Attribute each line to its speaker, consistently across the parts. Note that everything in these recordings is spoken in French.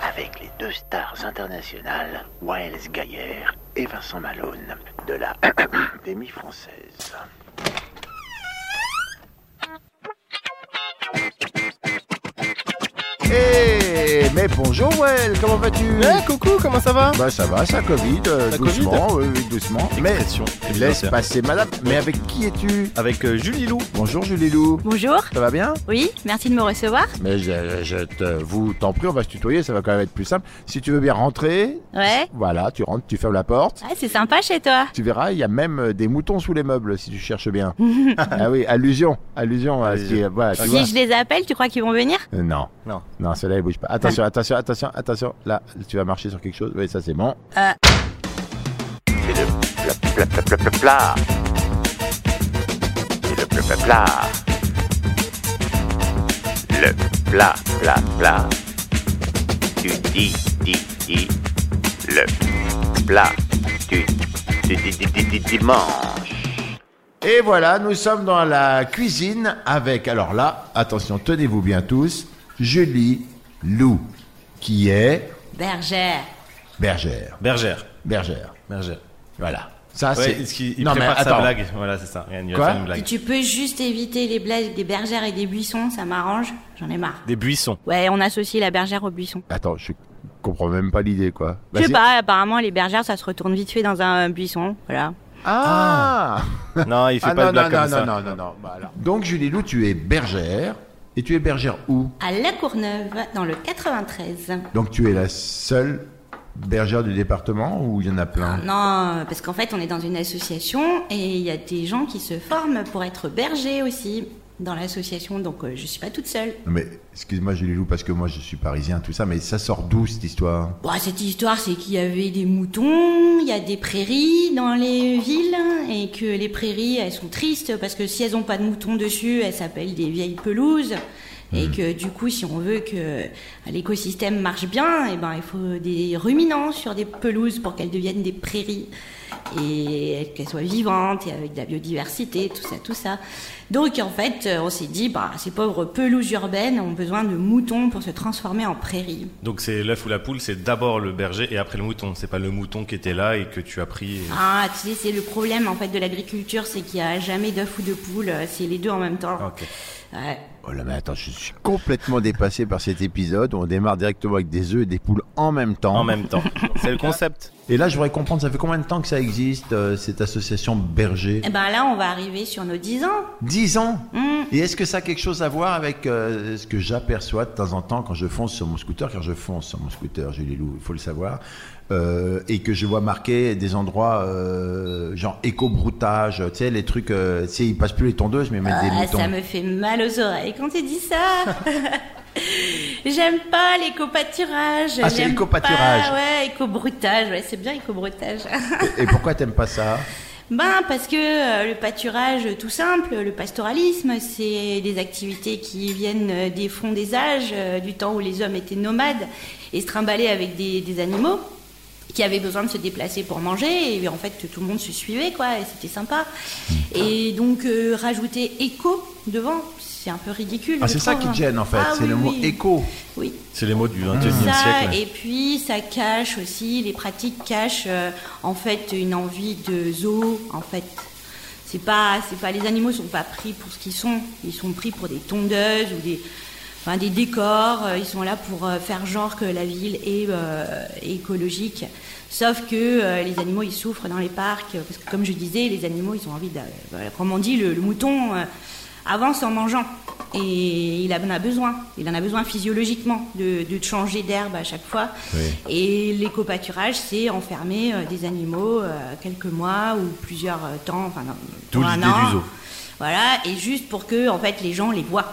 Speaker 1: Avec les deux stars internationales, Waels Gaillère et Vincent Malone, de la Académie française.
Speaker 2: Eh, mais bonjour Well, comment vas-tu
Speaker 3: Eh coucou, comment ça va
Speaker 2: Bah ça va, ça Covid, euh,
Speaker 3: Ça
Speaker 2: doucement, oui, oui, doucement. Mais
Speaker 3: Expression, évidemment,
Speaker 2: laisse
Speaker 3: tiens.
Speaker 2: passer madame, mais avec qui es-tu
Speaker 3: Avec euh, Julie Lou.
Speaker 2: Bonjour Julie Lou,
Speaker 4: Bonjour,
Speaker 2: ça va bien
Speaker 4: oui, merci de me recevoir.
Speaker 2: Mais je, je te, vous t'en prie, on va se tutoyer, ça va quand même être plus simple. Si tu veux bien rentrer,
Speaker 4: Ouais,
Speaker 2: voilà, tu rentres, tu fermes la porte.
Speaker 4: Ah, c'est sympa chez toi.
Speaker 2: Tu verras, il y a même euh, des moutons sous les meubles si tu cherches bien. ah oui, allusion, allusion à ce qui est- voilà, tu vois.
Speaker 4: Si je les appelle, tu crois qu'ils vont venir
Speaker 2: Euh, Non.
Speaker 3: Non.
Speaker 2: Non, celle-là, elle bouge pas. Attention, attention, attention, attention. Là, tu vas marcher sur quelque chose. Oui, ça, c'est bon.
Speaker 1: C'est le plat, plat, plat, plat, plat, plat. C'est le plat, plat, plat. Le plat, plat, plat. Tu dis, dis, dis. Le plat, tu, tu dis, dis, dis, dis, dimanche.
Speaker 2: Et voilà, nous sommes dans la cuisine avec, alors là, attention, tenez-vous bien tous, Julie Lou, qui est
Speaker 4: Bergère.
Speaker 2: bergère.
Speaker 3: Bergère. Ah,
Speaker 2: Bergère.
Speaker 3: Bergère.
Speaker 2: Voilà. Ça,
Speaker 3: Ouais,
Speaker 2: c'est.
Speaker 3: ce qui- il
Speaker 2: Non, mais
Speaker 3: prépare sa
Speaker 2: attends.
Speaker 3: blague. Voilà, c'est ça. Regarde, il va
Speaker 2: Quoi
Speaker 3: faire une blague.
Speaker 4: Si tu peux juste éviter les blagues des bergères et des buissons, ça m'arrange, j'en ai marre.
Speaker 3: Des buissons.
Speaker 4: Ouais, on associe la bergère au buisson.
Speaker 2: Attends, je comprends même pas l'idée, quoi.
Speaker 4: Je sais
Speaker 2: Vas-y.
Speaker 4: pas, apparemment les bergères ça se retourne vite fait dans un euh, buisson, voilà.
Speaker 2: Ah
Speaker 3: Non, il fait
Speaker 2: Ah,
Speaker 3: pas
Speaker 2: non,
Speaker 3: de blague
Speaker 2: non, non,
Speaker 3: comme ça.
Speaker 2: non, non, non, non. Bah, alors. Donc, Julie Lou, tu es bergère. Et tu es bergère où
Speaker 4: À La Courneuve, dans le 93.
Speaker 2: Donc, tu es la seule bergère du département ou il y en a plein
Speaker 4: Non, parce qu'en fait on est dans une association et il y a des gens qui se forment pour être bergers aussi dans l'association, donc euh, je suis pas toute seule.
Speaker 2: Non, mais excuse-moi, Julie Lou, parce que moi, je suis parisien, tout ça, mais ça sort d'où cette histoire
Speaker 4: Bon, cette histoire, c'est qu'il y avait des moutons, il y a des prairies dans les villes, et que les prairies, elles sont tristes parce que si elles n'ont pas de moutons dessus, elles s'appellent des vieilles pelouses. Et que du coup, si on veut que l'écosystème marche bien, eh ben, il faut des ruminants sur des pelouses pour qu'elles deviennent des prairies et qu'elles soient vivantes et avec de la biodiversité, tout ça, tout ça. Donc en fait, on s'est dit, bah, ces pauvres pelouses urbaines ont besoin de moutons pour se transformer en prairies.
Speaker 3: Donc c'est l'œuf ou la poule, c'est d'abord le berger et après le mouton. C'est pas le mouton qui était là et que tu as pris. et-
Speaker 4: Ah, tu sais, c'est le problème en fait de l'agriculture, c'est qu'il n'y a jamais d'œuf ou de poule, euh, c'est les deux en même
Speaker 2: Ah,
Speaker 4: temps.
Speaker 3: Ok.
Speaker 4: Ouais.
Speaker 2: Oh là, mais attends, je suis complètement dépassé par cet épisode. On démarre directement avec des œufs et des poules en même temps.
Speaker 3: En même temps. C'est le concept.
Speaker 2: Et là, je voudrais comprendre, ça fait combien de temps que ça existe, euh, cette association berger
Speaker 4: Eh ben là, on va arriver sur nos 10 ans.
Speaker 2: 10 ans
Speaker 4: Mm.
Speaker 2: Et est-ce que ça a quelque chose à voir avec euh, ce que j'aperçois de temps en temps quand je fonce sur mon scooter Car je fonce sur mon scooter, j'ai les loups, il faut le savoir. Euh, et que je vois marqué des endroits euh, genre éco-broutage, tu sais, les trucs, euh, tu sais, ils passent plus les tondeuses, mais ils mettent des
Speaker 4: Ah,
Speaker 2: moutons.
Speaker 4: ça me fait mal aux oreilles quand tu dis ça. J'aime pas l'éco-pâturage.
Speaker 2: Ah, c'est
Speaker 4: j'aime
Speaker 2: l'éco-pâturage.
Speaker 4: pas, Ouais, éco-broutage. Ouais, c'est bien éco-broutage.
Speaker 2: Et, et pourquoi t'aimes pas ça
Speaker 4: Ben parce que euh, le pâturage euh, tout simple, le pastoralisme, c'est des activités qui viennent euh, des fonds des âges, euh, du temps où les hommes étaient nomades et se trimballaient avec des, des animaux qui avaient besoin de se déplacer pour manger et en fait tout le monde se suivait quoi et c'était sympa.
Speaker 2: Mmh.
Speaker 4: Et donc euh, rajouter éco devant, c'est un peu ridicule.
Speaker 2: Ah,
Speaker 4: je
Speaker 2: c'est ça qui
Speaker 4: trouve.
Speaker 2: te gêne en fait,
Speaker 4: Ah,
Speaker 2: c'est
Speaker 4: oui,
Speaker 2: le mot
Speaker 4: oui.
Speaker 2: éco.
Speaker 4: Oui.
Speaker 3: C'est les mots du 21 e
Speaker 4: Ça,
Speaker 3: siècle.
Speaker 4: et puis ça cache aussi, les pratiques cachent euh, en fait une envie de zoo, en fait. C'est pas, c'est pas, les animaux sont pas pris pour ce qu'ils sont, ils sont pris pour des tondeuses ou des, enfin, des décors. euh, Ils sont là pour euh, faire genre que la ville est euh, écologique. Sauf que euh, les animaux, ils souffrent dans les parcs. euh, Parce que, comme je disais, les animaux, ils ont envie de. euh, Comme on dit, le, le mouton euh, avance en mangeant. Et il en a besoin. Il en a besoin physiologiquement de, de changer d'herbe à chaque fois. Et l'éco-pâturage, c'est enfermer euh, des animaux euh, quelques mois ou plusieurs euh, temps. Enfin, dans-
Speaker 3: D'où
Speaker 4: pendant un
Speaker 3: l'idée
Speaker 4: an.
Speaker 3: du zoo.
Speaker 4: Voilà, et juste pour que en fait les gens les voient.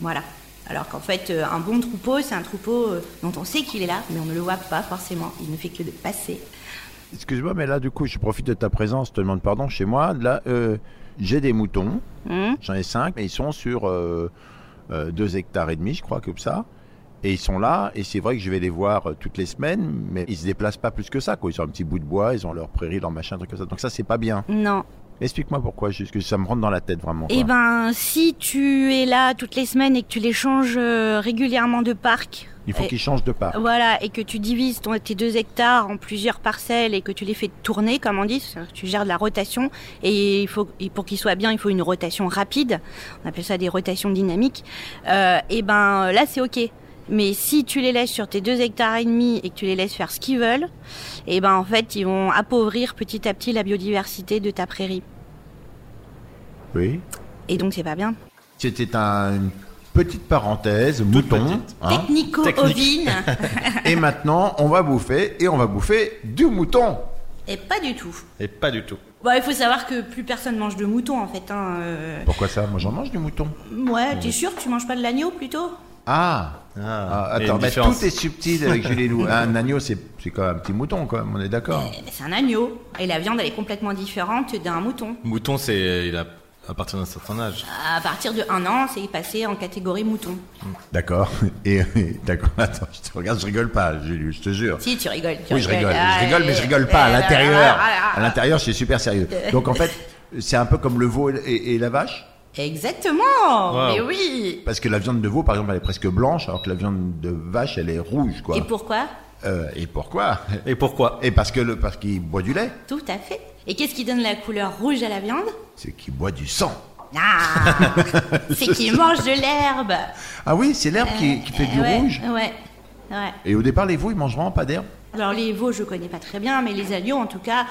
Speaker 4: Voilà. Alors qu'en fait, euh, un bon troupeau, c'est un troupeau euh, dont on sait qu'il est là, mais on ne le voit pas forcément. Il ne fait que de passer.
Speaker 2: Excuse-moi, mais là, du coup, je profite de ta présence, je te demande pardon chez moi. Là, euh, j'ai des moutons,
Speaker 4: Hmm.
Speaker 2: j'en ai cinq, mais ils sont sur euh, euh, deux hectares et demi, je crois, comme ça. Et ils sont là, et c'est vrai que je vais les voir euh, toutes les semaines, mais ils se déplacent pas plus que ça, quoi. Ils ont un petit bout de bois, ils ont leur prairie, leur machin, truc comme ça. Donc ça, c'est pas bien.
Speaker 4: Non.
Speaker 2: Explique-moi pourquoi, juste que ça me rentre dans la tête vraiment.
Speaker 4: Eh
Speaker 2: quoi.
Speaker 4: ben, si tu es là toutes les semaines et que tu les changes euh, régulièrement de parc,
Speaker 2: Il faut
Speaker 4: eh,
Speaker 2: qu'ils changent de part.
Speaker 4: Voilà, et que tu divises ton- tes deux hectares en plusieurs parcelles et que tu les fais tourner, comme on dit, c'est-à-dire que tu gères de la rotation. Et, il faut, et pour qu'ils soient bien, il faut une rotation rapide. On appelle ça des rotations dynamiques. Euh, et ben là, c'est ok. Mais si tu les laisses sur tes deux hectares et demi et que tu les laisses faire ce qu'ils veulent, et ben en fait, ils vont appauvrir petit à petit la biodiversité de ta prairie.
Speaker 2: Oui.
Speaker 4: Et donc, c'est pas bien.
Speaker 2: C'était un- une petite parenthèse, mouton.
Speaker 3: petite.
Speaker 2: hein.
Speaker 4: Technico-ovine.
Speaker 2: et maintenant, on va bouffer, et on va bouffer du mouton.
Speaker 4: et pas du tout.
Speaker 3: Et pas du tout.
Speaker 4: Bon, Bah, il faut savoir que plus personne mange de mouton en fait. Hein, euh,
Speaker 2: Pourquoi ça Moi, j'en mange du mouton.
Speaker 4: Ouais, t'es sûr que tu manges pas de l'agneau plutôt
Speaker 2: Ah, Ah,
Speaker 3: il y a
Speaker 2: Attends,
Speaker 3: une
Speaker 2: mais
Speaker 3: différence.
Speaker 2: tout est subtil avec Julie Lou. Un agneau, c'est c'est quand même un petit mouton, quand même, on est d'accord.
Speaker 4: Eh ben, C'est un agneau. Et la viande, elle est complètement différente d'un mouton.
Speaker 3: Mouton, c'est il a à partir d'un certain âge. Euh,
Speaker 4: À partir de un an, c'est passé en catégorie mouton.
Speaker 2: D'accord. Et et- d'accord, attends, je te regarde, je rigole pas, Julie, je te jure.
Speaker 4: Si, tu rigoles. tu
Speaker 2: Oui, je rigole, je
Speaker 4: Ah,
Speaker 2: rigole, mais je rigole pas à
Speaker 4: eh,
Speaker 2: l'intérieur.
Speaker 4: ah, ah,
Speaker 2: À
Speaker 4: ah.
Speaker 2: l'intérieur, je suis super sérieux. Donc en fait, c'est un peu comme le veau et, et- et la vache,
Speaker 4: Exactement
Speaker 3: Wow.
Speaker 4: Mais oui
Speaker 2: parce que la viande de veau, par exemple, elle est presque blanche, alors que la viande de vache, elle est rouge, quoi.
Speaker 4: Et pourquoi
Speaker 2: Euh, et pourquoi
Speaker 3: Et pourquoi
Speaker 2: Et parce que le, parce qu'il boit du lait,
Speaker 4: Tout à fait. Et qu'est-ce qui donne la couleur rouge à la viande
Speaker 2: c'est qu'il boit du sang.
Speaker 4: Ah C'est qu'il mange de l'herbe
Speaker 2: Ah oui, c'est l'herbe qui, qui fait
Speaker 4: Eh
Speaker 2: du
Speaker 4: ouais,
Speaker 2: rouge.
Speaker 4: Ouais, ouais.
Speaker 2: Et au départ, les veaux, ils mangent vraiment pas d'herbe.
Speaker 4: Alors les veaux, je connais pas très bien, mais les agneaux, en tout cas,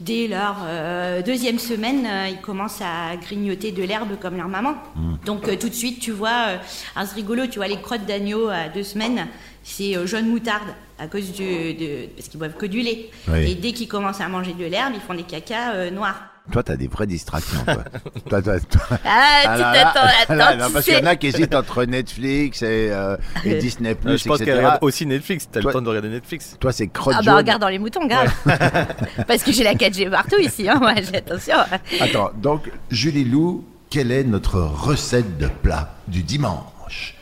Speaker 4: dès leur euh, deuxième semaine, euh, ils commencent à grignoter de l'herbe comme leur maman.
Speaker 2: Mm.
Speaker 4: Donc euh, tout de suite, tu vois, euh, un c'est rigolo, tu vois les crottes d'agneaux à deux semaines, c'est euh, jaune moutarde à cause du, de parce qu'ils boivent que du lait.
Speaker 2: Oui.
Speaker 4: Et dès qu'ils commencent à manger de l'herbe, ils font des cacas euh, noirs.
Speaker 2: Toi, t'as des vraies distractions, toi. Toi, toi, toi.
Speaker 4: Ah, tu
Speaker 2: là, là,
Speaker 4: t'attends, attends,
Speaker 2: là,
Speaker 4: tu
Speaker 2: non, parce
Speaker 4: sais.
Speaker 2: qu'il y en a qui hésitent entre Netflix et, euh, et Disney+,
Speaker 3: Euh, je pense
Speaker 2: etc.
Speaker 3: qu'elle regarde aussi Netflix. T'as
Speaker 2: Toi-
Speaker 3: le temps de regarder Netflix.
Speaker 2: Toi, c'est crotte
Speaker 4: Ah bah
Speaker 2: jaune.
Speaker 4: regarde dans les moutons, grave. parce que j'ai la 4G partout ici, hein, moi, j'ai attention.
Speaker 2: Attends, donc, Julie Lou, quelle est notre recette de plat du dimanche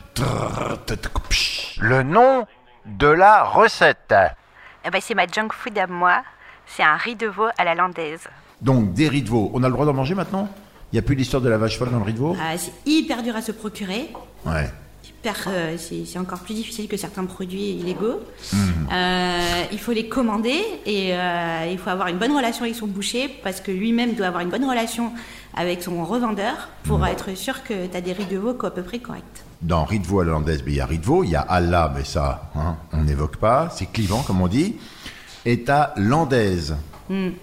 Speaker 2: Le nom de la recette.
Speaker 4: Eh ben, c'est ma junk food à moi. C'est un riz de veau à la landaise.
Speaker 2: Donc, des riz de veau. On a le droit d'en manger maintenant Il n'y a plus l'histoire de la vache folle dans le riz de veau
Speaker 4: Ah, c'est hyper dur à se procurer.
Speaker 2: Ouais.
Speaker 4: Hyper, euh, c'est c'est encore plus difficile que certains produits illégaux. Euh, il faut les commander et euh, il faut avoir une bonne relation avec son boucher parce que lui-même doit avoir une bonne relation avec son revendeur pour être sûr que tu as des riz de veau à peu près corrects.
Speaker 2: Dans riz de veau à la landaise, mais il y a riz de veau, il y a Allah, mais ça, hein, on n'évoque pas, c'est clivant comme on dit. Et t'as landaise.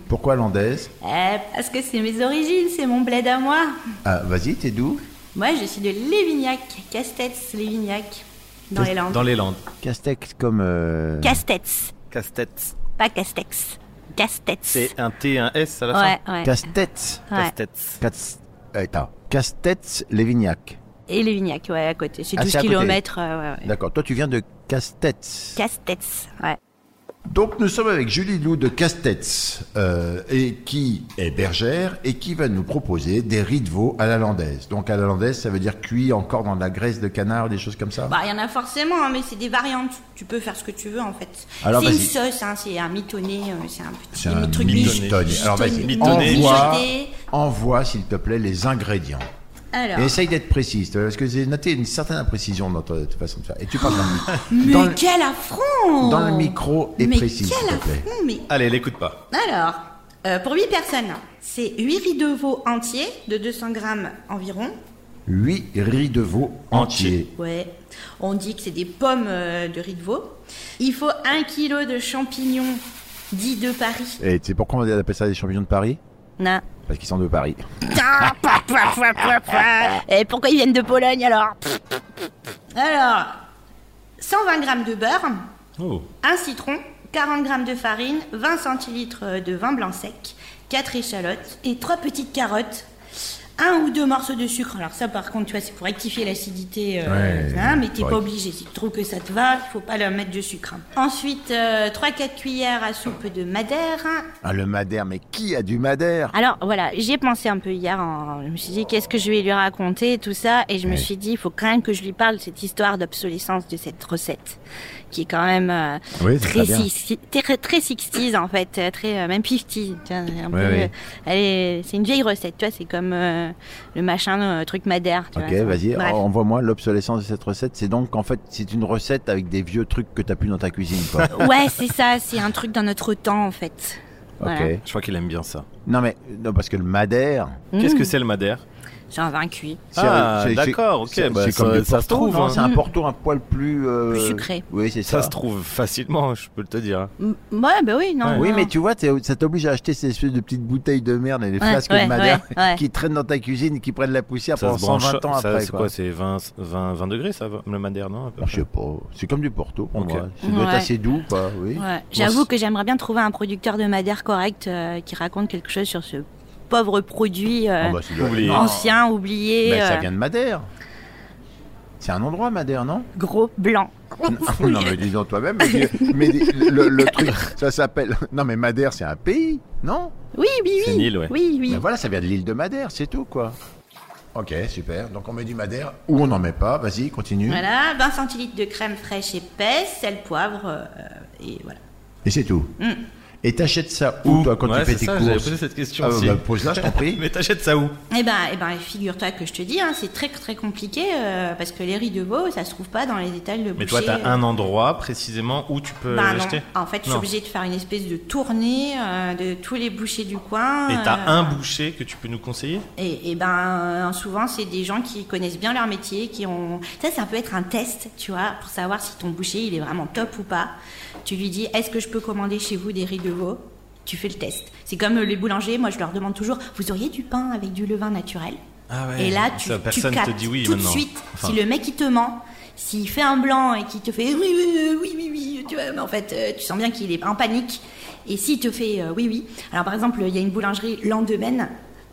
Speaker 2: Pourquoi landaise
Speaker 4: Eh, parce que c'est mes origines, c'est mon bled à moi.
Speaker 2: Ah, Vas-y, t'es d'où
Speaker 4: Moi, je suis de Lévignac, Castets, Lévignac, dans les Landes.
Speaker 3: Dans les Landes.
Speaker 2: Castex comme... euh,
Speaker 4: Castets,
Speaker 3: Casse-tête.
Speaker 4: pas Castex. Castets.
Speaker 3: C'est un T, un S à la
Speaker 4: Ouais, ouais.
Speaker 2: Castex.
Speaker 4: Ouais.
Speaker 3: Casse-tête.
Speaker 2: Castex. Attends. Castex Lévignac.
Speaker 4: Et Lévignac, ouais, à côté. C'est
Speaker 2: Ah,
Speaker 4: 12
Speaker 2: c'est à côté.
Speaker 4: km. euh, ouais, ouais.
Speaker 2: D'accord, toi tu viens de Castex.
Speaker 4: Castex, ouais.
Speaker 2: Donc nous sommes avec Julie Lou de Castex, euh, et qui est bergère et qui va nous proposer des riz de veau à la landaise. Donc à la landaise, ça veut dire cuit encore dans de la graisse de canard, des choses comme ça.
Speaker 4: Bah, il y en a forcément, hein, mais c'est des variantes. Tu peux faire ce que tu veux, en fait.
Speaker 2: Alors,
Speaker 4: c'est une
Speaker 2: vas-y.
Speaker 4: sauce, hein, c'est un mitonné, euh, c'est un petit
Speaker 2: C'est un
Speaker 4: truc
Speaker 2: mitonné.
Speaker 4: mitonné.
Speaker 2: Alors vas-y,
Speaker 3: Mitonné.
Speaker 2: envoie,
Speaker 4: mijoté.
Speaker 2: envoie, s'il te plaît les ingrédients.
Speaker 4: Alors,
Speaker 2: Et essaye d'être précise, parce que j'ai noté une certaine imprécision dans ta, ta façon de faire. Et tu parles dans le, mi-
Speaker 4: mais
Speaker 2: dans le-
Speaker 4: quel affront
Speaker 2: dans le micro et
Speaker 4: Mais
Speaker 2: précis,
Speaker 4: quel
Speaker 2: s'il te plaît.
Speaker 4: affront, mais...
Speaker 3: Allez, l'écoute pas.
Speaker 4: Alors, euh, pour 8 personnes, c'est 8 riz de veau entiers de 200 grammes environ,
Speaker 2: 8 riz de veau entiers.
Speaker 4: Ouais. On dit que c'est des pommes euh, de riz de veau. Il faut un kilo de champignons dits de Paris.
Speaker 2: Et tu sais pourquoi on appelle ça des champignons de Paris
Speaker 4: Non.
Speaker 2: Parce qu'ils sont de Paris.
Speaker 4: Et pourquoi ils viennent de Pologne alors Alors, 120 grammes de beurre,
Speaker 3: Oh.
Speaker 4: un citron, 40 grammes de farine, 20 centilitres de vin blanc sec, 4 échalotes et 3 petites carottes. Un ou deux morceaux de sucre. Alors ça, par contre, tu vois, c'est pour rectifier l'acidité. euh,
Speaker 2: Ouais,
Speaker 4: hein, mais t'es
Speaker 2: ouais.
Speaker 4: pas obligé. Si tu trouves que ça te va, il faut pas leur mettre de sucre. hein. Ensuite, 3-4 cuillères à soupe de madère,
Speaker 2: Ah, le Madère, mais qui a du Madère
Speaker 4: alors voilà, j'y ai pensé un peu hier. en- Je me suis dit, qu'est-ce que je vais lui raconter et tout ça. Et je me suis dit, il faut quand même que je lui parle de cette histoire d'obsolescence de cette recette, qui est quand même euh,
Speaker 2: Oui, c'est
Speaker 4: très,
Speaker 2: très bien.
Speaker 4: sixi- très, très 60s en fait, euh, très euh, même 50s. tu vois, un peu,
Speaker 2: Ouais, ouais.
Speaker 4: euh, elle est- C'est une vieille recette, tu vois, c'est comme euh, le machin, euh, truc madère. tu
Speaker 2: Ok,
Speaker 4: vois.
Speaker 2: vas-y,
Speaker 4: Bref.
Speaker 2: envoie-moi l'obsolescence de cette recette. C'est donc en fait, c'est une recette avec des vieux trucs que t'as plus dans ta cuisine, quoi. ok.
Speaker 4: Ouais, c'est ça, c'est un truc dans notre temps en fait. Voilà.
Speaker 3: Je crois qu'il aime bien ça.
Speaker 2: Non mais non parce que le Madère,
Speaker 3: Qu'est-ce que c'est le Madère
Speaker 4: J'ai Mmh. un vin cuit.
Speaker 2: c'est-
Speaker 3: Ah,
Speaker 2: c'est- c'est-
Speaker 3: d'accord, ok,
Speaker 2: c'est-
Speaker 3: bah,
Speaker 2: c'est
Speaker 3: ça-
Speaker 2: comme du
Speaker 3: ça se
Speaker 2: Porto,
Speaker 3: trouve,
Speaker 2: non
Speaker 3: hein.
Speaker 2: C'est un Porto un poil plus euh,
Speaker 4: Plus sucré.
Speaker 2: Oui, c'est
Speaker 3: Ça
Speaker 2: ça.
Speaker 3: se trouve facilement, je peux te le dire.
Speaker 4: M- Ouais, bah oui, non.
Speaker 2: Oui,
Speaker 4: non.
Speaker 2: mais tu vois, t'es- ça t'oblige à acheter ces espèces de petites bouteilles de merde et les flasques
Speaker 4: ouais,
Speaker 2: de Madère
Speaker 4: ouais, ouais.
Speaker 2: qui traînent dans ta cuisine et qui prennent la poussière
Speaker 3: Ça
Speaker 2: pendant
Speaker 3: se branche.
Speaker 2: 120 ans
Speaker 3: ça,
Speaker 2: après.
Speaker 3: c'est quoi C'est 20, 20, 20 degrés, ça, va, le Madère, non à peu
Speaker 2: Bon, je
Speaker 3: près
Speaker 2: sais pas. C'est comme du Porto pour
Speaker 3: Ok.
Speaker 2: moi. Ça doit
Speaker 4: Ouais.
Speaker 2: être assez doux, quoi. Oui.
Speaker 4: Ouais, j'avoue que j'aimerais bien trouver un producteur de Madère correct euh, qui raconte quelque chose sur ce pauvre produit euh,
Speaker 2: Ah, bah, ça doit être-
Speaker 3: Oublié.
Speaker 2: Non.
Speaker 4: ancien, oublié,
Speaker 3: Bah,
Speaker 2: Mais ça
Speaker 4: euh,
Speaker 2: vient de Madère. C'est un endroit, Madère, non
Speaker 4: gros, blanc.
Speaker 2: Non, non, mais disons toi-même. Mais, dis- mais dis- le, le truc, ça s'appelle. Non, mais Madère, c'est un pays, non
Speaker 4: Oui, oui,
Speaker 3: C'est
Speaker 4: oui.
Speaker 3: une île, ouais. Bah,
Speaker 4: Oui, oui.
Speaker 2: Mais voilà, ça vient de l'île de Madère, c'est tout, quoi. Ok, super. Donc on met du Madère ou on n'en met pas. Vas-y, continue.
Speaker 4: Voilà, 20 centilitres de crème fraîche épaisse, sel, poivre, euh, et voilà.
Speaker 2: Et c'est tout.
Speaker 4: Mm.
Speaker 2: Et t'achètes ça où, toi, quand
Speaker 3: Ouais,
Speaker 2: tu fais
Speaker 3: c'est
Speaker 2: tes
Speaker 3: ça, j'avais
Speaker 2: courses
Speaker 3: posé cette question
Speaker 2: Ah,
Speaker 3: aussi.
Speaker 2: bah, pose-la, je t'en prie.
Speaker 3: Mais t'achètes ça où
Speaker 4: Eh ben, eh ben figure-toi que je te dis, hein, c'est très très compliqué euh, parce que les riz de veau, ça se trouve pas dans les étals de boucher.
Speaker 3: Mais toi, t'as
Speaker 4: euh.
Speaker 3: un endroit précisément où tu peux
Speaker 4: Bah non.
Speaker 3: l'acheter
Speaker 4: En fait, je suis
Speaker 3: Non.
Speaker 4: obligée de faire une espèce de tournée euh, de tous les bouchers du coin.
Speaker 3: Et t'as
Speaker 4: euh,
Speaker 3: un boucher que tu peux nous conseiller
Speaker 4: Et, et ben euh, souvent c'est des gens qui connaissent bien leur métier, qui ont ça ça peut être un test, tu vois, pour savoir si ton boucher il est vraiment top ou pas. Tu lui dis est-ce que je peux commander chez vous des riz de veau Tu fais le test. C'est comme euh, les boulangers, moi je leur demande toujours vous auriez du pain avec du levain naturel
Speaker 3: Ah ouais,
Speaker 4: Et là
Speaker 3: ça,
Speaker 4: tu, tu
Speaker 3: personne te
Speaker 4: captes
Speaker 3: dit oui
Speaker 4: tout de
Speaker 3: maintenant.
Speaker 4: suite
Speaker 3: Enfin.
Speaker 4: si le mec il te ment. S'il fait un blanc et qu'il te fait oui, oui, oui, oui, oui, oui, tu vois, mais en fait, euh, tu sens bien qu'il est en panique. Et s'il te fait euh, oui, oui. Alors, par exemple, il y a une boulangerie Lendemain.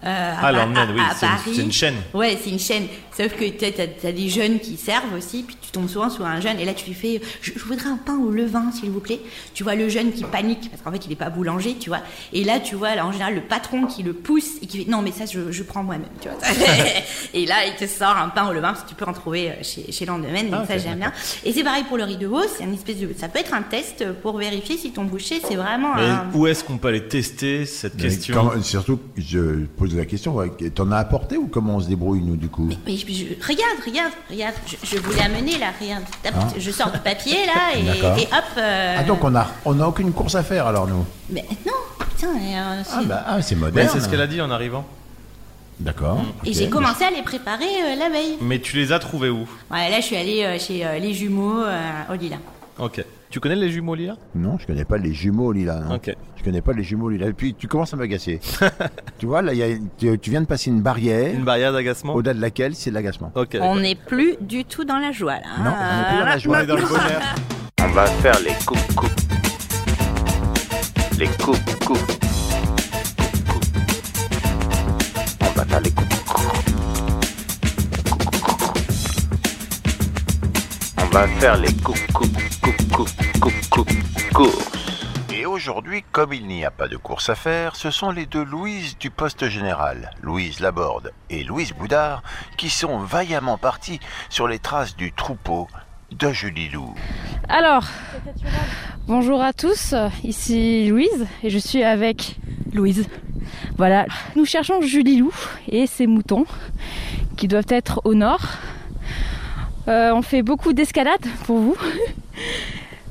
Speaker 4: euh, à
Speaker 3: Ah,
Speaker 4: Pa-
Speaker 3: l'emmène,
Speaker 4: à-
Speaker 3: oui,
Speaker 4: à
Speaker 3: c'est une-
Speaker 4: Paris.
Speaker 3: c'est une chaîne.
Speaker 4: Ouais, c'est une chaîne. Sauf que tu as, des jeunes qui servent aussi, puis tu tombes souvent sur un jeune, et là tu lui fais Je, je voudrais un pain au levain, s'il vous plaît. Tu vois le jeune qui panique, parce qu'en fait il n'est pas boulanger, tu vois. Et là, tu vois, là, en général, le patron qui le pousse et qui fait Non, mais ça, je, je prends moi-même, tu vois. et là, il te sort un pain au levain, parce que tu peux en trouver euh, chez, chez Lendemain, donc
Speaker 3: Ah,
Speaker 4: ça,
Speaker 3: ok,
Speaker 4: j'aime bien. Et c'est pareil pour le riz de veau, c'est une espèce de. Ça peut être un test pour vérifier si ton boucher, c'est vraiment
Speaker 3: Mais
Speaker 4: un.
Speaker 3: où est-ce qu'on peut aller tester cette
Speaker 2: Mais
Speaker 3: question
Speaker 2: comment- surtout, je pose la question, ouais, t'en as apporté ou comment on se débrouille, nous, du coup
Speaker 4: Mais euh, je- je- regarde, regarde, regarde, je, je voulais amener là, regarde. Tape- Je sors du papier là et,
Speaker 2: Ah. D'accord.
Speaker 4: et hop. euh,
Speaker 2: Ah, donc on a, on a aucune course à faire, alors, nous
Speaker 4: Mais non, putain. et, euh,
Speaker 2: Ah,
Speaker 4: c'est-
Speaker 2: bah, ah, c'est
Speaker 3: Ouais,
Speaker 2: moderne.
Speaker 3: Ben, C'est ce Mm. qu'elle a dit en arrivant.
Speaker 2: D'accord.
Speaker 4: Et
Speaker 2: ok.
Speaker 4: j'ai commencé à les préparer euh, la veille.
Speaker 3: Mais tu les as trouvés où
Speaker 4: Ouais, là je suis allée euh, chez euh, les jumeaux euh, au Lila.
Speaker 3: Ok. Tu connais les jumeaux Lila
Speaker 2: Non, je connais pas les jumeaux Lila. Non.
Speaker 3: Ok.
Speaker 2: Je connais pas les jumeaux Lila. Et puis tu commences à m'agacer. tu vois, là, il y a- tu, tu viens de passer une barrière
Speaker 3: Une barrière d'agacement
Speaker 2: au-delà de laquelle c'est de l'agacement.
Speaker 3: Ok.
Speaker 4: On n'est plus du tout dans la joie là. hein.
Speaker 2: Non, on est plus dans la joie.
Speaker 3: est dans le bonheur.
Speaker 1: On va faire les coupes coupes. Les coupes coupes. Coupes, coupes. On va faire les coupes coupes. Coupes, coupes. On va faire les coupes coupes coupes coupes coupes coupes courses.
Speaker 2: Et aujourd'hui, comme il n'y a pas de course à faire, ce sont les deux Louise du poste général, Louise Laborde et Louise Boudard, qui sont vaillamment partis sur les traces du troupeau de Julie Lou.
Speaker 5: Alors, bonjour à tous, ici Louise et je suis avec Louise. Voilà, nous cherchons Julie Lou et ses moutons qui doivent être au nord. Euh, on fait beaucoup d'escalade pour vous.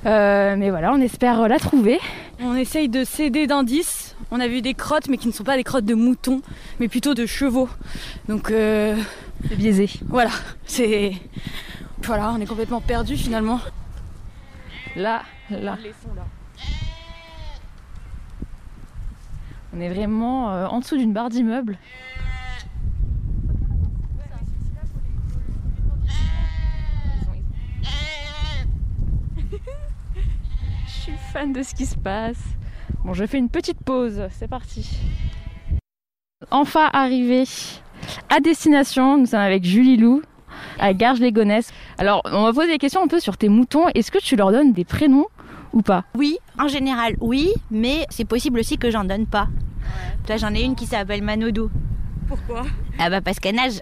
Speaker 5: Euh, mais voilà, on espère euh, la trouver.
Speaker 6: On essaye de s'aider d'indices. On a vu des crottes, mais qui ne sont pas des crottes de moutons, mais plutôt de chevaux. Donc, euh,
Speaker 5: C'est biaisé.
Speaker 6: Voilà, c'est. Voilà, on est complètement perdu finalement.
Speaker 5: Là, là. On est vraiment euh, en dessous d'une barre d'immeuble. Je suis fan de ce qui se passe. Bon, je fais une petite pause. C'est parti. Enfin arrivé à destination. Nous sommes avec Julie Lou à garges les gonesse Alors, on va poser des questions un peu sur tes moutons. Est-ce que tu leur donnes des prénoms ou pas
Speaker 4: Oui, en général, oui, mais c'est possible aussi que j'en donne pas. Là, j'en ai une qui s'appelle Manodou.
Speaker 6: Pourquoi
Speaker 4: Ah bah parce qu'elle nage.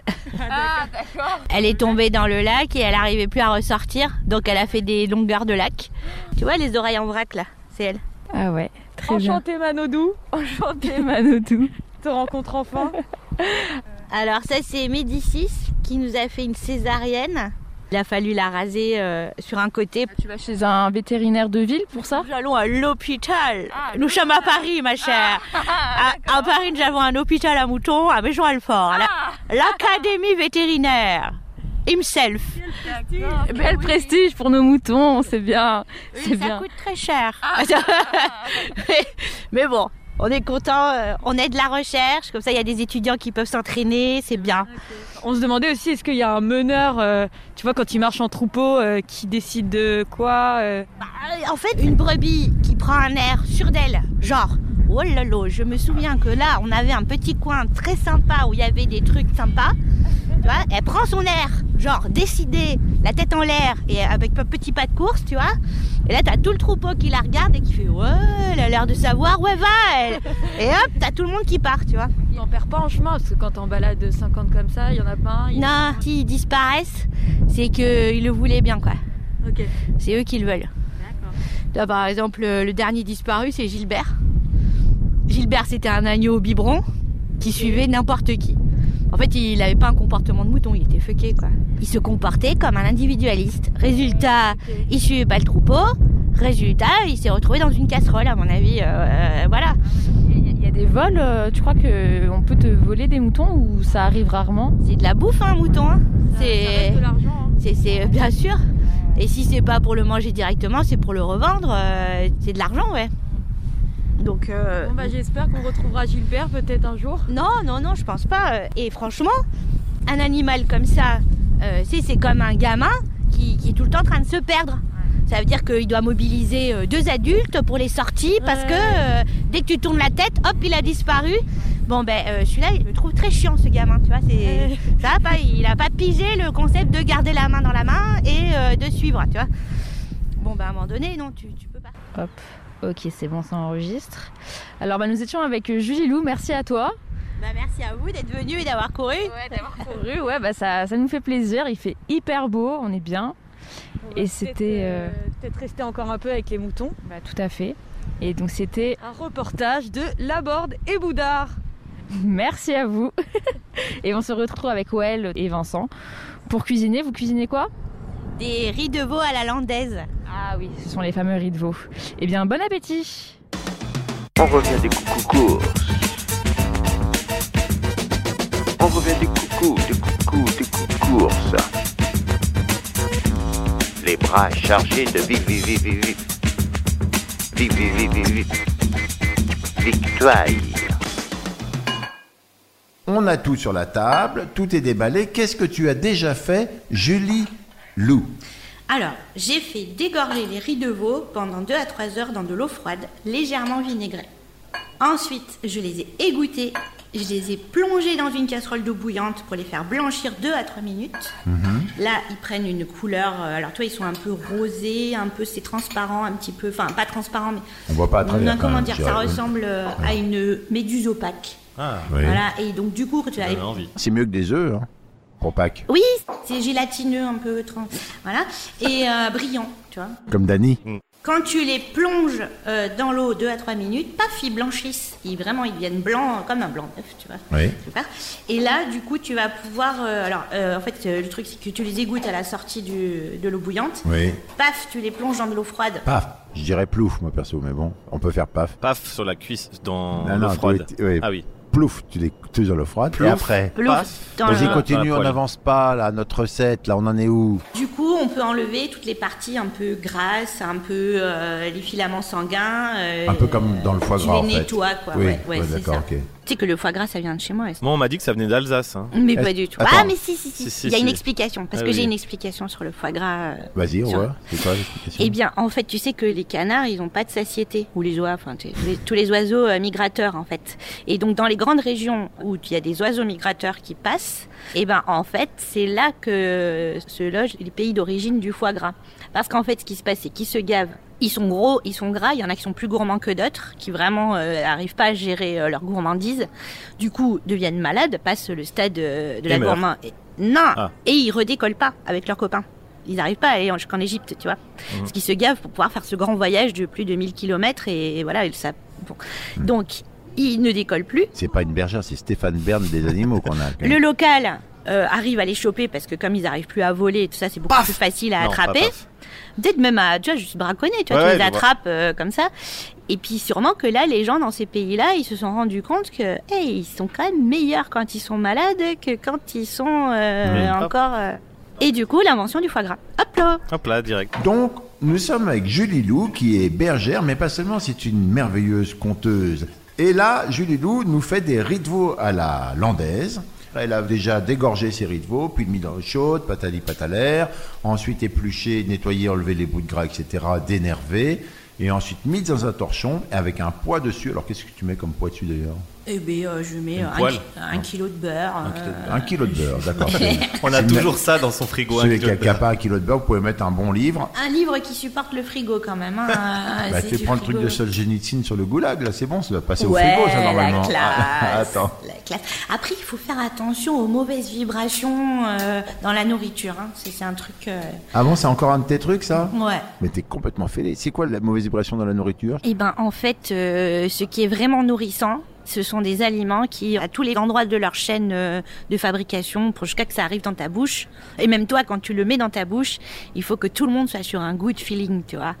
Speaker 6: Ah, d'accord.
Speaker 4: Elle est tombée dans le lac et elle n'arrivait plus à ressortir, donc elle a fait des longueurs de lac. Tu vois les oreilles en vrac là, c'est elle.
Speaker 5: Ah ouais, très bien.
Speaker 6: Enchanté Manodou. Enchanté.
Speaker 5: Manodou.
Speaker 6: Te rencontre enfin.
Speaker 4: Alors ça c'est Médicis qui nous a fait une césarienne. Il a fallu la raser euh, sur un côté.
Speaker 5: Tu vas chez un vétérinaire de ville pour ça
Speaker 4: Nous allons à Ah, l'hôpital. Ah. nous sommes à Paris, ma chère. à, à Paris, nous avons un hôpital à moutons à Maison-Alfort. la- L'académie vétérinaire. Himself.
Speaker 6: Ah,
Speaker 5: Bel prestige pour nos moutons, c'est bien. C'est
Speaker 4: ça
Speaker 5: bien.
Speaker 4: coûte très cher. mais, Ah. mais bon, on est content, euh, on aide la recherche, comme ça il y a des étudiants qui peuvent s'entraîner, c'est bien.
Speaker 6: On se demandait aussi est-ce qu'il y a un meneur, euh, tu vois, quand il marche en troupeau, euh, qui décide de quoi euh.
Speaker 4: Euh, En fait, une brebis qui prend un air sûr d'elle, genre oh là là, je me souviens que là on avait un petit coin très sympa où il y avait des trucs sympas. Tu vois, elle prend son air, genre décidée, la tête en l'air et avec un petit pas de course, tu vois. Et là t'as tout le troupeau qui la regarde et qui fait ouais, elle a l'air de savoir, ouais va. elle. Et hop, t'as tout le monde qui part, tu vois.
Speaker 6: Il n'en perd pas en chemin, parce que quand on balade 50 comme ça, il y en a pas un. il-
Speaker 4: Non, s'ils disparaissent, c'est qu'ils le voulaient bien, quoi.
Speaker 6: Ok.
Speaker 4: C'est eux qui le veulent. Là, par exemple, euh, le le dernier disparu, c'est Gilbert. Gilbert, c'était un agneau au biberon qui suivait n'importe qui. En fait, il n'avait pas un comportement de mouton, il était fucké, quoi. Il se comportait comme un individualiste. Résultat, il suivait pas le troupeau. Résultat, il s'est retrouvé dans une casserole, à mon avis. euh, euh, voilà.
Speaker 5: Il y a des vols, euh, tu crois que on peut te voler des moutons ou ça arrive rarement
Speaker 4: C'est de la bouffe, un mouton. hein. C'est.
Speaker 6: l'argent. hein.
Speaker 4: C'est, c'est- euh, bien sûr. Et si c'est pas pour le manger directement, c'est pour le revendre. euh, c'est de l'argent, ouais. Donc euh,
Speaker 6: Bon bah j'espère qu'on retrouvera Gilbert peut-être un jour.
Speaker 4: non, non, non, je pense pas. Euh, Et franchement, un animal comme ça, euh, c'est, c'est comme un gamin qui, qui est tout le temps en train de se perdre. Ça veut dire qu'il doit mobiliser euh, deux adultes pour les sorties parce que
Speaker 6: Ouais.
Speaker 4: euh, dès que tu tournes la tête, hop, il a disparu. Bon ben euh, celui-là, je le trouve très chiant ce gamin, tu vois. C'est ça, va pas, il a pas pigé le concept de garder la main dans la main et euh, de suivre, tu vois. Bon ben à un moment donné, non, tu, tu peux pas.
Speaker 5: Hop. Ok, c'est bon, ça enregistre. Alors, bah, nous étions avec Julie Lou, merci à toi.
Speaker 4: Bah merci à vous d'être venu et d'avoir couru.
Speaker 5: Rue, ouais, bah, ça, ça nous fait plaisir, il fait hyper beau, on est bien. Et c'était, euh,
Speaker 6: peut-être rester encore un peu avec les moutons.
Speaker 5: Bah, tout à fait. Et donc, c'était
Speaker 6: Un reportage de Laborde et Boudard.
Speaker 5: merci à vous. et on se retrouve avec Well et Vincent. Pour cuisiner, vous cuisinez quoi
Speaker 4: Des riz de veau à la landaise.
Speaker 5: Ah oui, ce sont les fameux riz de veau. Eh bien, bon appétit
Speaker 1: On revient des coucou courses. On revient des coucou, des coucou, des coucou courses. Les bras chargés de vive, vive, vive, vive, vive. Vive, vive, vive, vive, vive. Victoire.
Speaker 2: On a tout sur la table, tout est déballé. Qu'est-ce que tu as déjà fait, Julie Lou
Speaker 4: Alors, j'ai fait dégorger les riz de veau pendant 2 à 3 heures dans de l'eau froide, légèrement vinaigrée. Ensuite, je les ai égouttés, je les ai plongés dans une casserole d'eau bouillante pour les faire blanchir 2 à 3 minutes.
Speaker 2: Mhm.
Speaker 4: Là, ils prennent une couleur, euh, alors toi, ils sont un peu rosés, un peu, c'est transparent, un petit peu, enfin, pas transparent, mais...
Speaker 2: On voit pas à travers,
Speaker 4: Non,
Speaker 2: quand
Speaker 4: comment
Speaker 2: même,
Speaker 4: dire,
Speaker 2: je
Speaker 4: ça
Speaker 2: dirais, oui.
Speaker 4: ressemble euh, à une méduse opaque.
Speaker 3: Ah,
Speaker 4: Voilà, et donc du coup, tu vas
Speaker 3: j'avais envie.
Speaker 2: C'est mieux que des œufs, hein, pour Pâques.
Speaker 4: Oui, c'est gélatineux un peu, trans- voilà, et euh, brillant, tu vois.
Speaker 2: Comme Dany.
Speaker 4: Quand tu les plonges euh, dans l'eau 2 à 3 minutes, paf, ils blanchissent. Ils, vraiment, ils deviennent blancs, euh, comme un blanc d'œuf, tu vois.
Speaker 2: Oui.
Speaker 4: Super. Et là, du coup, tu vas pouvoir. euh, alors, euh, en fait, euh, le truc, c'est que tu les égouttes à la sortie du- de l'eau bouillante.
Speaker 2: Oui.
Speaker 4: Paf, tu les plonges dans de l'eau froide.
Speaker 2: Paf. Je dirais plouf, moi perso, mais bon, on peut faire paf.
Speaker 3: Paf sur la cuisse dans
Speaker 2: Non,
Speaker 3: l'eau
Speaker 2: non,
Speaker 3: froide.
Speaker 2: tu- oui.
Speaker 3: Ah oui.
Speaker 2: Plouf, tu les, tous dans l'eau froide.
Speaker 4: Plouf.
Speaker 2: Et après,
Speaker 4: Plouf, dans
Speaker 2: vas-y,
Speaker 4: le-
Speaker 2: continue,
Speaker 3: Ah,
Speaker 2: on
Speaker 3: poil.
Speaker 2: n'avance pas, là, notre recette, là, on en est où
Speaker 4: Du coup, on peut enlever toutes les parties un peu grasses, un peu euh, les filaments sanguins. euh,
Speaker 2: Un peu comme dans le foie
Speaker 4: tu
Speaker 2: gras, en
Speaker 4: les
Speaker 2: fait.
Speaker 4: nettoies, quoi.
Speaker 2: Oui,
Speaker 4: ouais, ouais,
Speaker 2: ouais,
Speaker 4: c'est
Speaker 2: d'accord,
Speaker 4: ça.
Speaker 2: ok.
Speaker 4: Tu sais que le foie gras, ça vient de chez moi. est-ce-
Speaker 3: Moi, on m'a dit que ça venait d'Alsace. hein.
Speaker 4: Mais
Speaker 2: Est-ce-
Speaker 4: pas du tout.
Speaker 2: Attends.
Speaker 4: Ah, mais si, si, si.
Speaker 3: Si, si,
Speaker 4: Il y a une
Speaker 3: si.
Speaker 4: explication. Parce
Speaker 3: Ah
Speaker 4: que j'ai
Speaker 3: oui.
Speaker 4: une explication sur le foie gras. euh,
Speaker 2: Vas-y, on
Speaker 4: sur-
Speaker 2: voit. C'est quoi l'explication
Speaker 4: Eh bien, en fait, tu sais que les canards, ils n'ont pas de satiété, ou les oies, enfin, tu- les- tous les oiseaux euh, migrateurs, en fait. Et donc, dans les grandes régions où il y a des oiseaux migrateurs qui passent, eh ben, en fait, c'est là que se logent les pays d'origine du foie gras. Parce qu'en fait, ce qui se passe, c'est qu'ils se gavent. Ils sont gros, ils sont gras, il y en a qui sont plus gourmands que d'autres, qui vraiment n'arrivent pas à gérer euh, leur gourmandise. Du coup, deviennent malades, passent le stade euh, de la
Speaker 3: Et meurent.
Speaker 4: gourmand. et- Non
Speaker 3: Ah.
Speaker 4: Et ils redécollent pas avec leurs copains. Ils n'arrivent pas à aller en- jusqu'en Égypte, tu vois
Speaker 3: Mhm.
Speaker 4: parce qu'ils se gavent pour pouvoir faire ce grand voyage de plus de 1000 km et, et voilà, et ça. bon.
Speaker 3: Mhm.
Speaker 4: Donc, ils ne décollent plus.
Speaker 2: C'est pas une bergère, c'est Stéphane Bern des animaux qu'on a. quand
Speaker 4: Le
Speaker 2: même.
Speaker 4: local euh, arrive à les choper parce que comme ils n'arrivent plus à voler et tout ça, c'est beaucoup plus facile à
Speaker 3: Non, pas
Speaker 4: attraper.
Speaker 3: paf.
Speaker 4: Peut-être même à, tu vois, juste braconner, tu vois,
Speaker 3: Ouais,
Speaker 4: tu les
Speaker 3: ouais, je vois.
Speaker 4: attrapes euh, comme ça. Et puis sûrement que là, les gens dans ces pays-là, ils se sont rendus compte que, hey, ils sont quand même meilleurs quand ils sont malades que quand ils sont euh,
Speaker 3: Mmh.
Speaker 4: encore. euh. Et du coup, l'invention du foie gras. Hop là
Speaker 3: Hop là, direct.
Speaker 2: Donc, nous sommes avec Julie Lou, qui est bergère, mais pas seulement, c'est une merveilleuse conteuse. Et là, Julie Lou nous fait des riz de veau à la landaise. Elle a déjà dégorgé ses riz de veau, puis mis dans l'eau chaude, patali patalaire, ensuite épluché, nettoyé, enlevé les bouts de gras, etc., dénervé, et ensuite mis dans un torchon avec un poids dessus. Alors, qu'est-ce que tu mets comme poids dessus d'ailleurs
Speaker 4: Eh bien, je mets
Speaker 3: Une
Speaker 4: euh, un,
Speaker 3: poêle.
Speaker 4: ki- un kilo de beurre. euh,
Speaker 2: Un kilo de beurre, d'accord.
Speaker 3: On a
Speaker 2: C'est
Speaker 3: toujours ça dans son frigo. hein,
Speaker 2: Celui qui
Speaker 3: Claude.
Speaker 2: n'a pas un kilo de beurre, vous pouvez mettre un bon livre.
Speaker 4: euh, Un livre qui supporte le frigo quand même. Hein. Euh,
Speaker 2: Bah,
Speaker 4: c'est
Speaker 2: tu
Speaker 4: du
Speaker 2: prends le truc
Speaker 4: frigo.
Speaker 2: de Solzhenitsyn sur le goulag, là, c'est bon, ça doit passer au
Speaker 4: Ouais,
Speaker 2: frigo, ça, normalement. Ah,
Speaker 4: La classe,
Speaker 2: Attends.
Speaker 4: la classe. Après, il faut faire attention aux mauvaises vibrations euh, dans la nourriture. Hein. C'est c'est un truc. euh,
Speaker 2: Ah bon, c'est encore un de tes trucs, ça
Speaker 4: Ouais.
Speaker 2: Mais t'es complètement fêlé. C'est quoi la mauvaise vibration dans la nourriture
Speaker 4: Eh ben, en fait, euh, ce qui est vraiment nourrissant, ce sont des aliments qui, à tous les endroits de leur chaîne euh, de fabrication, pour jusqu'à que ça arrive dans ta bouche, et même toi, quand tu le mets dans ta bouche, il faut que tout le monde soit sur un good feeling, tu vois.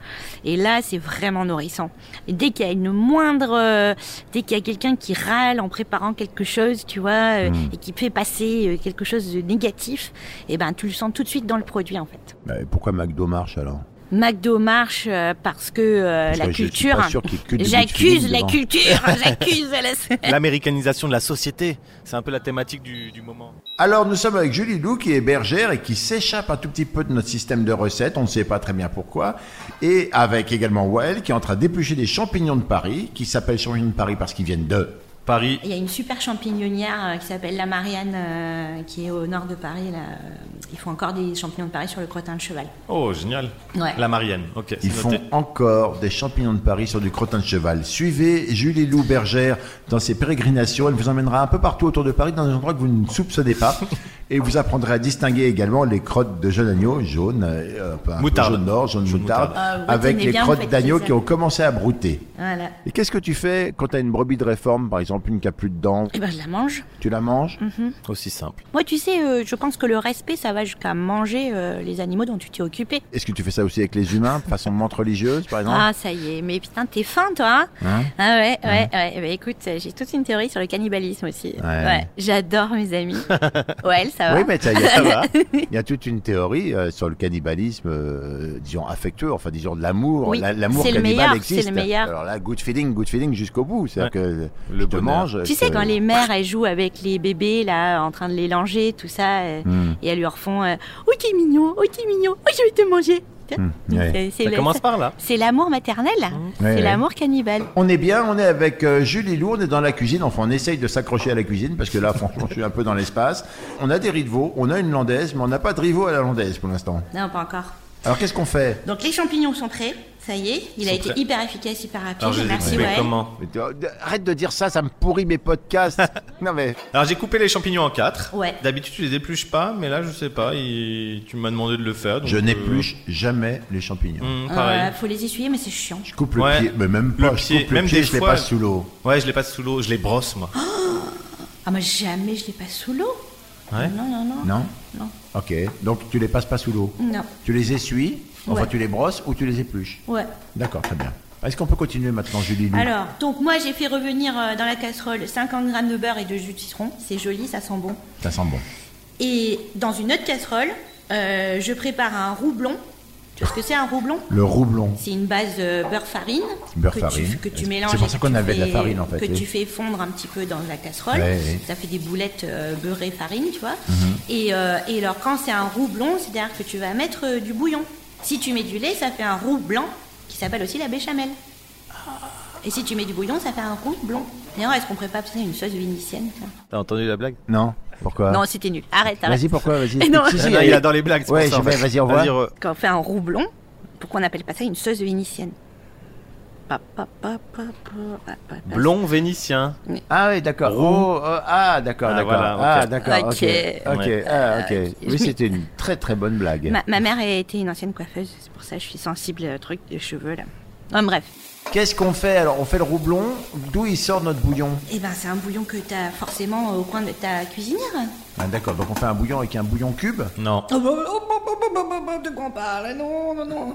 Speaker 4: Et là, c'est vraiment nourrissant. Et dès qu'il y a une moindre, euh, dès qu'il y a quelqu'un qui râle en préparant quelque chose, tu vois, euh,
Speaker 2: Hmm.
Speaker 4: et qui fait passer euh, quelque chose de négatif, eh ben, tu le sens tout de suite dans le produit, en fait.
Speaker 2: Bah, Pourquoi McDo marche alors
Speaker 4: McDo marche euh, parce que euh,
Speaker 2: Parce
Speaker 4: la
Speaker 2: que je suis
Speaker 4: culture.
Speaker 2: pas sûr qu'il y ait que du
Speaker 4: J'accuse
Speaker 2: good
Speaker 4: la
Speaker 2: feeling
Speaker 4: culture, j'accuse la.
Speaker 3: L'américanisation de la société, c'est un peu la thématique du, du moment.
Speaker 2: Alors nous sommes avec Julie Lou qui est bergère et qui s'échappe un tout petit peu de notre système de recettes, on ne sait pas très bien pourquoi, et avec également Wael qui est en train d'éplucher des champignons de Paris, qui s'appellent champignons de Paris parce qu'ils viennent de...
Speaker 3: Paris,
Speaker 4: Il y a une super champignonnière euh, qui s'appelle la Marianne, euh, qui est au nord de Paris. Là. euh, Ils font encore des champignons de Paris sur le crottin de cheval.
Speaker 3: oh génial.
Speaker 4: Ouais.
Speaker 3: La Marianne, ok.
Speaker 2: Ils
Speaker 3: c'est
Speaker 2: font
Speaker 3: noté.
Speaker 2: encore des champignons de Paris sur du crottin de cheval. Suivez Julie Lou Bergère dans ses pérégrinations. Elle vous emmènera un peu partout autour de Paris dans des endroits que vous ne soupçonnez pas. Et vous apprendrez à distinguer également les crottes de jeunes agneaux, jaunes, euh, un peu
Speaker 3: Moutarde.
Speaker 2: jaune d'or, jaune
Speaker 3: Jaune
Speaker 2: moutarde,
Speaker 3: moutarde.
Speaker 4: Ah, vous
Speaker 2: avec
Speaker 4: retenez
Speaker 2: les
Speaker 4: bien, en
Speaker 2: crottes
Speaker 4: fait,
Speaker 2: d'agneaux
Speaker 4: c'est ça.
Speaker 2: qui ont commencé à brouter.
Speaker 4: Voilà.
Speaker 2: Et qu'est-ce que tu fais quand tu as une brebis de réforme, par exemple, une qui a plus de dents
Speaker 4: Et ben je la mange.
Speaker 2: Tu la manges
Speaker 4: Mm.
Speaker 3: Aussi simple.
Speaker 4: Moi, tu sais, euh, je pense que le respect, ça va jusqu'à manger euh, les animaux dont tu t'es occupé.
Speaker 2: Est-ce que tu fais ça aussi avec les humains, façon menthe religieuse, par exemple
Speaker 4: Ah, ça y est, mais putain, t'es fin, toi hein
Speaker 2: Hein
Speaker 4: Ah ouais, ouais, ouais. Bah, écoute, euh, j'ai toute une théorie sur le cannibalisme aussi.
Speaker 2: Ouais.
Speaker 4: J'adore mes amis. ouais, ça va.
Speaker 2: Oui, mais ça, il y, a- il y a toute une théorie euh, sur le cannibalisme, euh, disons affectueux, enfin disons de l'amour.
Speaker 4: Oui,
Speaker 2: La- l'amour
Speaker 4: c'est le
Speaker 2: cannibale
Speaker 4: meilleur,
Speaker 2: existe.
Speaker 4: c'est le meilleur.
Speaker 2: Alors là, good feeling, good feeling jusqu'au bout. C'est-à-dire que
Speaker 3: Le
Speaker 2: je te
Speaker 3: bonheur.
Speaker 2: mange.
Speaker 4: Tu sais,
Speaker 2: je-
Speaker 4: quand les mères, elles jouent avec les bébés, là, en train de les langer, tout ça, euh,
Speaker 2: Hmm.
Speaker 4: et elles leur font euh, Oh, t'es mignon, oh, t'es mignon, oh, je vais te manger.
Speaker 2: Mmh, ouais.
Speaker 4: C'est- euh, c'est
Speaker 3: Ça
Speaker 4: le-
Speaker 3: commence Mmh. par là.
Speaker 4: C'est l'amour maternel, là.
Speaker 2: Ouais,
Speaker 4: c'est
Speaker 2: ouais.
Speaker 4: l'amour cannibale.
Speaker 2: On est bien, on est avec euh, Julie Lou, on est dans la cuisine, enfin on essaye de s'accrocher à la cuisine parce que là franchement je suis un peu dans l'espace. On a des riz de veau, on a une landaise, mais on n'a pas de rivaux à la landaise pour l'instant.
Speaker 4: Non, pas encore.
Speaker 2: Alors qu'est-ce qu'on fait
Speaker 4: Donc, les champignons sont prêts. Ça y est, il a
Speaker 3: Sont
Speaker 4: été
Speaker 3: prêts.
Speaker 4: hyper efficace, hyper rapide.
Speaker 3: Alors je les ai
Speaker 4: Merci,
Speaker 3: coupés
Speaker 4: Wael.
Speaker 3: comment
Speaker 2: Mais tu- Arrête de dire ça, ça me pourrit mes podcasts. non mais
Speaker 3: Alors j'ai coupé les champignons en quatre.
Speaker 4: Ouais.
Speaker 3: D'habitude tu les épluches pas, mais là je sais pas. il- Tu m'as demandé de le faire. donc,
Speaker 2: je
Speaker 3: euh,
Speaker 2: n'épluche jamais les champignons.
Speaker 3: hum,
Speaker 4: Euh,
Speaker 3: pareil.
Speaker 4: faut les essuyer, mais c'est chiant.
Speaker 2: Je coupe le
Speaker 3: Ouais.
Speaker 2: pied, mais même pas.
Speaker 3: Le
Speaker 2: je
Speaker 3: pied,
Speaker 2: coupe le
Speaker 3: même
Speaker 2: pied,
Speaker 3: des
Speaker 2: je les
Speaker 3: fois-
Speaker 2: passe sous l'eau.
Speaker 3: Ouais, je les passe sous l'eau, je les brosse moi.
Speaker 4: Ah, moi, jamais je les passe sous l'eau.
Speaker 3: Ouais.
Speaker 4: Non, non, non.
Speaker 2: Non
Speaker 4: Non.
Speaker 2: Ok. Donc tu les passes pas sous l'eau
Speaker 4: Non.
Speaker 2: Tu les essuies, enfin
Speaker 4: Ouais.
Speaker 2: tu les brosses ou tu les épluches
Speaker 4: Ouais.
Speaker 2: D'accord, très bien. Est-ce qu'on peut continuer maintenant, Julie Lou
Speaker 4: Alors, donc moi j'ai fait revenir euh, dans la casserole 50 grammes de beurre et de jus de citron. C'est joli, ça sent bon.
Speaker 2: Ça sent bon.
Speaker 4: Et dans une autre casserole, euh, je prépare un roublon. Tu vois ce que c'est un roublon
Speaker 2: Le roublon.
Speaker 4: C'est une base euh, beurre-farine
Speaker 2: Beurre
Speaker 4: que,
Speaker 2: farine.
Speaker 4: Tu, que tu mélanges.
Speaker 2: C'est pour ça
Speaker 4: et que
Speaker 2: qu'on
Speaker 4: tu
Speaker 2: avait de la
Speaker 4: fais-
Speaker 2: farine, en fait,
Speaker 4: Que
Speaker 2: oui.
Speaker 4: tu fais fondre un petit peu dans la casserole.
Speaker 2: Ouais, ouais. Mhm.
Speaker 4: Ça fait des boulettes euh, beurrées-farine, tu vois. Et, euh, et alors quand c'est un roublon, c'est-à-dire que tu vas mettre euh, du bouillon. Si tu mets du lait, ça fait un roux blanc qui s'appelle aussi la béchamel. Et si tu mets du bouillon, ça fait un roux blanc. D'ailleurs, est-ce qu'on prépare peut-être une sauce vénitienne ça
Speaker 3: T'as entendu la blague
Speaker 2: Non Pourquoi
Speaker 4: Non, c'était nul. Arrête, arrête.
Speaker 2: Vas-y, pourquoi Vas-y.
Speaker 4: Et non.
Speaker 2: Si, si,
Speaker 3: Ah non,
Speaker 2: allez.
Speaker 3: Il adore les blagues. c'est
Speaker 2: Ouais,
Speaker 3: pour ça, en
Speaker 2: je vais-
Speaker 3: fait.
Speaker 2: vas-y, au revoir.
Speaker 3: euh,
Speaker 4: Quand on fait un roublon, pourquoi on appelle pas ça une sauce vénitienne Pa, pa, pa, pa, pa, pa, pa.
Speaker 3: Blond vénitien.
Speaker 2: Ah oui, d'accord. Oh, oh, ah, d'accord,
Speaker 3: Ah,
Speaker 2: d'accord.
Speaker 3: voilà,
Speaker 2: Ah,
Speaker 3: ok.
Speaker 2: d'accord. Ok. Ok.
Speaker 4: Ok.
Speaker 3: Ouais.
Speaker 2: Ah, ok. Oui, c'était une très très bonne blague.
Speaker 4: Ma, ma mère était une ancienne coiffeuse, c'est pour ça que je suis sensible au truc des cheveux là. Ah, bref.
Speaker 2: Qu'est-ce qu'on fait Alors, on fait le roublon. D'où il sort notre bouillon
Speaker 4: Eh ben, c'est un bouillon que t'as forcément au coin de ta cuisinière.
Speaker 2: ah, D'accord. Donc, on fait un bouillon avec un bouillon cube.
Speaker 3: Non.
Speaker 4: Oh, bah, oh, bah, bah, bah, bah, bah, de quoi on parle Non, non, non.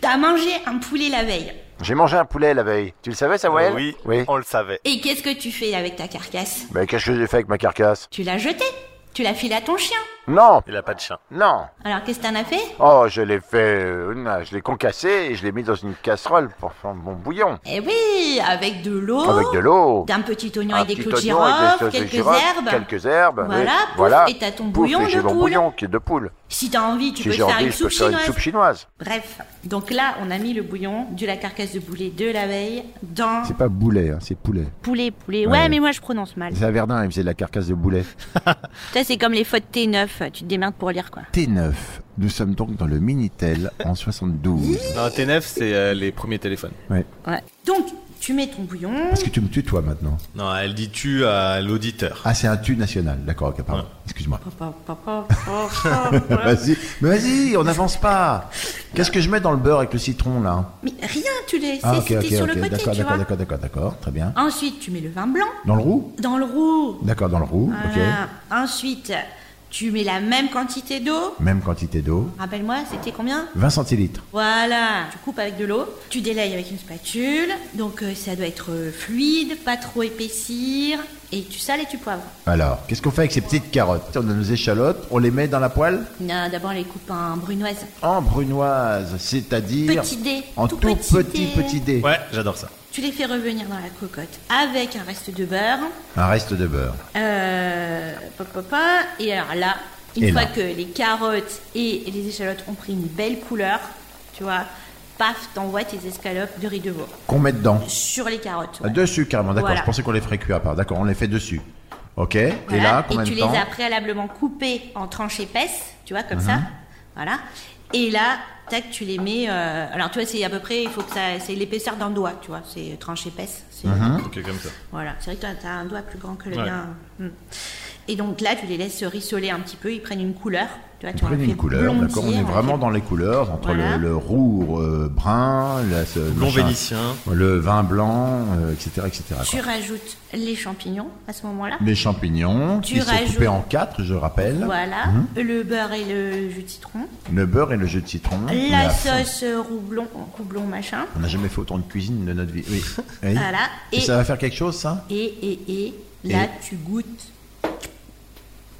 Speaker 4: T'as mangé un poulet la veille.
Speaker 2: J'ai mangé un poulet la veille. Tu le savais, ça, Wael
Speaker 3: Oui,
Speaker 2: Oui.
Speaker 3: on le savait.
Speaker 4: Et qu'est-ce que tu fais avec ta carcasse
Speaker 2: Mais qu'est-ce que j'ai fait avec ma carcasse
Speaker 4: Tu l'as jetée. Tu l'as filée à ton chien.
Speaker 2: Non,
Speaker 3: Il a pas de chien.
Speaker 2: non.
Speaker 4: Alors, qu'est-ce que t'en as fait
Speaker 2: Oh, je l'ai fait. euh, non, je l'ai concassé et je l'ai mis dans une casserole pour faire mon bouillon.
Speaker 4: Eh oui, avec de l'eau.
Speaker 2: Avec de l'eau.
Speaker 4: D'un petit oignon
Speaker 2: un
Speaker 4: Oh. et des
Speaker 2: petit
Speaker 4: clous de
Speaker 2: oignon et des
Speaker 4: girofle,
Speaker 2: sauces de
Speaker 4: quelques
Speaker 2: girofle,
Speaker 4: herbes.
Speaker 2: Quelques herbes. oui.
Speaker 4: Voilà, pouf,
Speaker 2: voilà.
Speaker 4: et t'as ton
Speaker 2: Pouf,
Speaker 4: bouillon
Speaker 2: et j'ai
Speaker 4: de
Speaker 2: mon
Speaker 4: poule.
Speaker 2: bouillon qui est de poule.
Speaker 4: Si t'as envie, tu
Speaker 2: si
Speaker 4: peux
Speaker 2: j'ai
Speaker 4: te faire
Speaker 2: envie,
Speaker 4: une
Speaker 2: je peux
Speaker 4: soupe
Speaker 2: faire une
Speaker 4: chinoise.
Speaker 2: soupe chinoise.
Speaker 4: Bref, donc là, on a mis le bouillon de la carcasse de poulet de la veille dans
Speaker 2: pas boulet, hein, c'est poulet.
Speaker 4: poulet, poulet. Ouais,
Speaker 2: Ouais.
Speaker 4: mais moi, je prononce mal.
Speaker 2: à Verdun, il faisait de la carcasse de boulet.
Speaker 4: Ça, c'est comme les fautes T9. Tu te démerdes pour lire, quoi.
Speaker 2: T9. Nous sommes donc dans le Minitel en 72.
Speaker 3: Non, T9, c'est euh, les premiers téléphones.
Speaker 4: Ouais. Donc, tu mets ton bouillon.
Speaker 2: Est-ce que tu me tutoies maintenant
Speaker 3: Non, elle dit tu à l'auditeur.
Speaker 2: Ah, c'est un tu national. D'accord, ok, pardon. Excuse-moi.
Speaker 4: Pa, pa, pa, pa, pa, pa.
Speaker 2: Bah, Vas-y, mais vas-y, on n'avance pas. Qu'est-ce que je mets dans le beurre avec le citron, là
Speaker 4: mais rien, tu l'as.
Speaker 2: Ah,
Speaker 4: c'est-
Speaker 2: ok,
Speaker 4: C'était
Speaker 2: ok,
Speaker 4: sur
Speaker 2: ok.
Speaker 4: le côté,
Speaker 2: D'accord,
Speaker 4: tu
Speaker 2: d'accord,
Speaker 4: vois.
Speaker 2: d'accord, d'accord, d'accord. Très bien.
Speaker 4: Ensuite, tu mets le vin blanc
Speaker 2: Dans le roux
Speaker 4: dans le roux.
Speaker 2: D'accord, dans le roux,
Speaker 4: Voilà. Ensuite, tu mets la même quantité d'eau.
Speaker 2: ok. Même quantité d'eau.
Speaker 4: Rappelle-moi, c'était combien
Speaker 2: 20 centilitres.
Speaker 4: Voilà, tu coupes avec de l'eau, tu délayes avec une spatule, donc euh, ça doit être euh, fluide, pas trop épaissir, et tu sales et tu poivres.
Speaker 2: Alors, qu'est-ce qu'on fait avec ces petites carottes On a nos échalotes, on les met dans la poêle
Speaker 4: Non, D'abord les coupes en brunoise.
Speaker 2: en brunoise, c'est-à-dire
Speaker 4: Petit dé,
Speaker 2: en tout,
Speaker 4: tout
Speaker 2: petit petit,
Speaker 4: petit dé.
Speaker 2: dé.
Speaker 3: Ouais, j'adore ça.
Speaker 4: Tu les fais revenir dans la cocotte avec un reste de beurre.
Speaker 2: Un reste de beurre.
Speaker 4: Euh, pop, pop, pop. et alors là, une
Speaker 2: Et
Speaker 4: fois
Speaker 2: là.
Speaker 4: que les carottes et les échalotes ont pris une belle couleur, tu vois, paf, t'envoies tes escalopes de riz de veau
Speaker 2: Qu'on met dedans.
Speaker 4: sur les carottes.
Speaker 2: Ah,
Speaker 4: ouais.
Speaker 2: Dessus carrément, d'accord.
Speaker 4: Voilà.
Speaker 2: Je pensais qu'on les ferait cuire à part. D'accord, on les fait dessus. Ok. Et
Speaker 4: Voilà.
Speaker 2: là, combien
Speaker 4: tu
Speaker 2: de temps
Speaker 4: les as préalablement coupés en tranches épaisses, tu vois, comme ça.
Speaker 2: Uh-huh.
Speaker 4: Voilà. Et là, tac, tu les mets. euh, alors, tu vois, c'est à peu près, il faut que ça. C'est l'épaisseur d'un doigt, tu vois, c'est tranche épaisse. c'est-
Speaker 2: Uh-huh. Hein
Speaker 3: Ok, euh, comme ça.
Speaker 4: Voilà. C'est vrai que toi, t'as un doigt plus grand que le
Speaker 3: Ouais.
Speaker 4: mien. Mm. Et donc là, tu les laisses rissoler un petit peu, ils prennent une couleur. Tu vois, tu en
Speaker 2: Prenez
Speaker 4: fais
Speaker 2: une couleur, d'accord. On
Speaker 4: blondir,
Speaker 2: est vraiment
Speaker 4: fait-
Speaker 2: dans les couleurs, entre
Speaker 4: Voilà.
Speaker 2: le, le roux euh, brun, la- ce-
Speaker 3: Blond
Speaker 2: machin,
Speaker 3: vénitien.
Speaker 2: le vin blanc, euh, etc., etc. quoi.
Speaker 4: Tu rajoutes les champignons à ce moment-là.
Speaker 2: Les champignons,
Speaker 4: Tu
Speaker 2: qui sont
Speaker 4: rajoutes-
Speaker 2: coupés en quatre, je rappelle.
Speaker 4: Voilà.
Speaker 2: Mmh.
Speaker 4: Le beurre et le jus de citron.
Speaker 2: Le beurre et le jus de citron.
Speaker 4: La,
Speaker 2: fin.
Speaker 4: sauce euh, roublon, roublon machin.
Speaker 2: On n'a jamais fait autant de cuisine de notre vie. Oui. Oui.
Speaker 4: Voilà.
Speaker 2: Et,
Speaker 4: Et-
Speaker 2: ça va faire quelque chose, ça
Speaker 4: Et, et, et, là,
Speaker 2: Et-
Speaker 4: tu goûtes.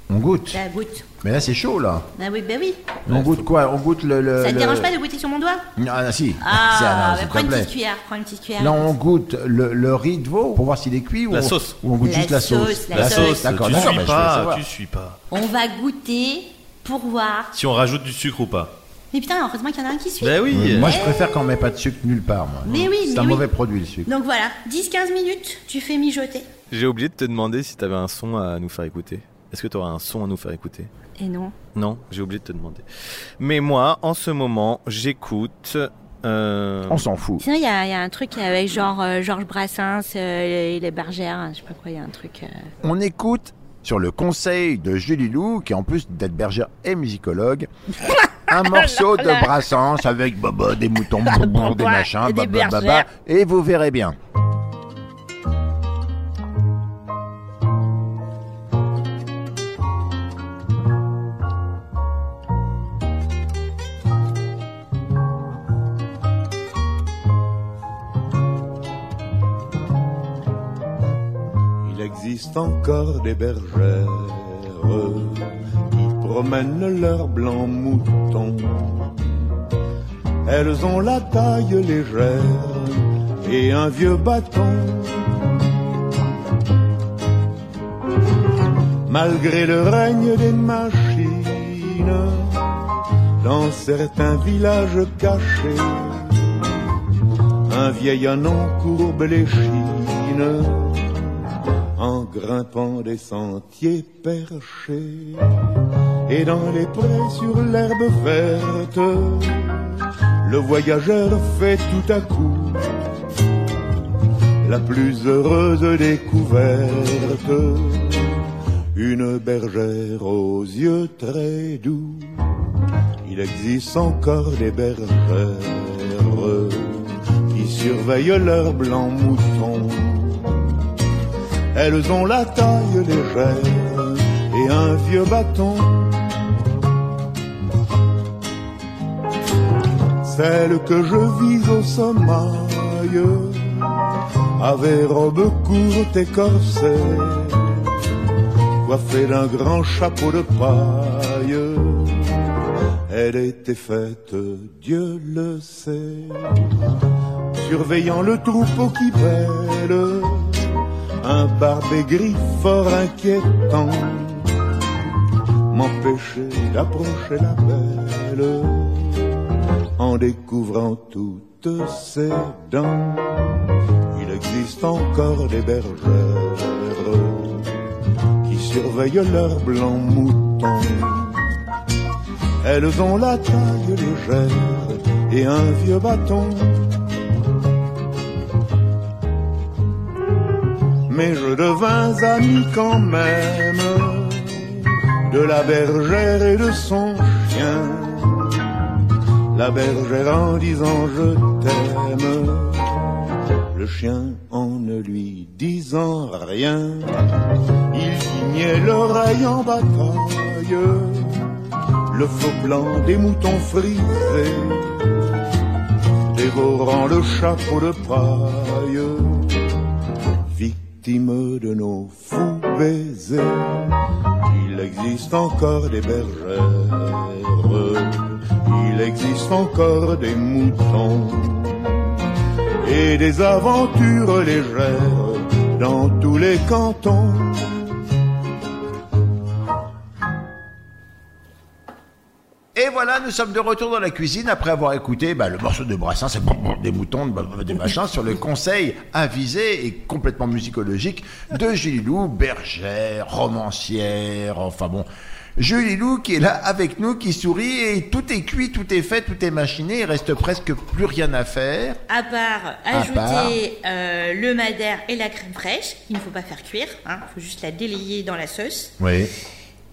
Speaker 2: On goûte.
Speaker 4: Là, goûte.
Speaker 2: Mais là, c'est chaud, là.
Speaker 4: Bah oui, bah oui.
Speaker 2: on goûte quoi On goûte le. le-
Speaker 4: Ça te
Speaker 2: le-
Speaker 4: dérange pas de goûter sur mon doigt
Speaker 2: Ah, non, si. C'est-
Speaker 4: Euh, Ah,
Speaker 2: alors,
Speaker 4: bah,
Speaker 2: s'il te
Speaker 4: prends une
Speaker 2: plaît.
Speaker 4: petite cuillère, prends une petite cuillère.
Speaker 2: Là, on goûte le, le riz de veau pour voir s'il est cuit ou
Speaker 3: La
Speaker 2: on,
Speaker 3: sauce.
Speaker 2: ou on goûte
Speaker 4: La
Speaker 2: juste la sauce.
Speaker 4: sauce, la
Speaker 3: La sauce,
Speaker 2: D'accord, d'accord, bah,
Speaker 3: tu suis
Speaker 2: je voulais
Speaker 3: pas,
Speaker 2: savoir.
Speaker 3: tu suis pas.
Speaker 4: On va goûter pour voir.
Speaker 3: Si on rajoute du sucre ou pas
Speaker 4: Mais putain, heureusement qu'il y en a un qui suit.
Speaker 3: Bah oui.
Speaker 2: Euh, Moi, je
Speaker 4: Eh.
Speaker 2: préfère qu'on met pas de sucre nulle part. Moi.
Speaker 4: Mais oui,
Speaker 2: C'est
Speaker 4: mais
Speaker 2: un
Speaker 4: oui.
Speaker 2: mauvais produit, le sucre.
Speaker 4: Donc voilà, 10-15 minutes, tu fais mijoter.
Speaker 3: J'ai oublié de te demander si t'avais un son à nous faire écouter. Est-ce que t'auras un son à nous faire écouter
Speaker 4: Et non.
Speaker 3: Non, j'ai oublié de te demander. Mais moi, en ce moment, j'écoute. euh,
Speaker 2: On s'en fout.
Speaker 4: Sinon, il y, a il y a un truc avec genre euh, Georges Brassens, euh, les, les bergères, je sais pas quoi, il y a un truc. euh,
Speaker 2: On écoute sur le conseil de Julie Lou, qui en plus d'être bergère et musicologue, un morceau de Brassens avec baba, des moutons, boubou, des machins,
Speaker 4: et des
Speaker 2: baba, baba,
Speaker 4: bergères.
Speaker 2: et vous verrez bien.
Speaker 7: existe encore des bergères qui promènent leurs blancs moutons. Elles ont la taille légère et un vieux bâton. Malgré le règne des machines, dans certains villages cachés, un vieil anon courbe les chines en grimpant des sentiers perchés. Et dans les prés sur l'herbe verte, le voyageur fait tout à coup la plus heureuse découverte, une bergère aux yeux très doux. Il existe encore des bergères qui surveillent leurs blancs moutons. Elles ont la taille légère et un vieux bâton. Celle que je vise au sommeil avait robe courte et corset, coiffée d'un grand chapeau de paille. Elle était faite, Dieu le sait, surveillant le troupeau qui pèle, un barbet gris fort inquiétant, m'empêchait d'approcher la belle, en découvrant toutes ses dents. Il existe encore des bergères qui surveillent leurs blancs moutons. Elles ont la taille légère et un vieux bâton. Mais je devins ami quand même de la bergère et de son chien. La bergère en disant je t'aime, le chien en ne lui disant rien. Il clignait l'oreille en bataille le faux blanc des moutons frisés, dévorant le chapeau de paille, victime de nos fous baisers. Il existe encore des bergères, il existe encore des moutons et des aventures légères dans tous les cantons.
Speaker 2: Et voilà, nous sommes de retour dans la cuisine après avoir écouté bah, le morceau de Brassens, c'est des moutons, des machins, sur le conseil avisé et complètement musicologique de Julie Lou, bergère, romancière, enfin bon. Julie Lou qui est là avec nous, qui sourit et tout est cuit, tout est fait, tout est machiné, il reste presque plus rien à faire.
Speaker 4: À part ajouter
Speaker 2: part.
Speaker 4: euh, le madère et la crème fraîche, qu'il ne faut pas faire cuire, il faut juste la délayer dans la sauce.
Speaker 2: Oui.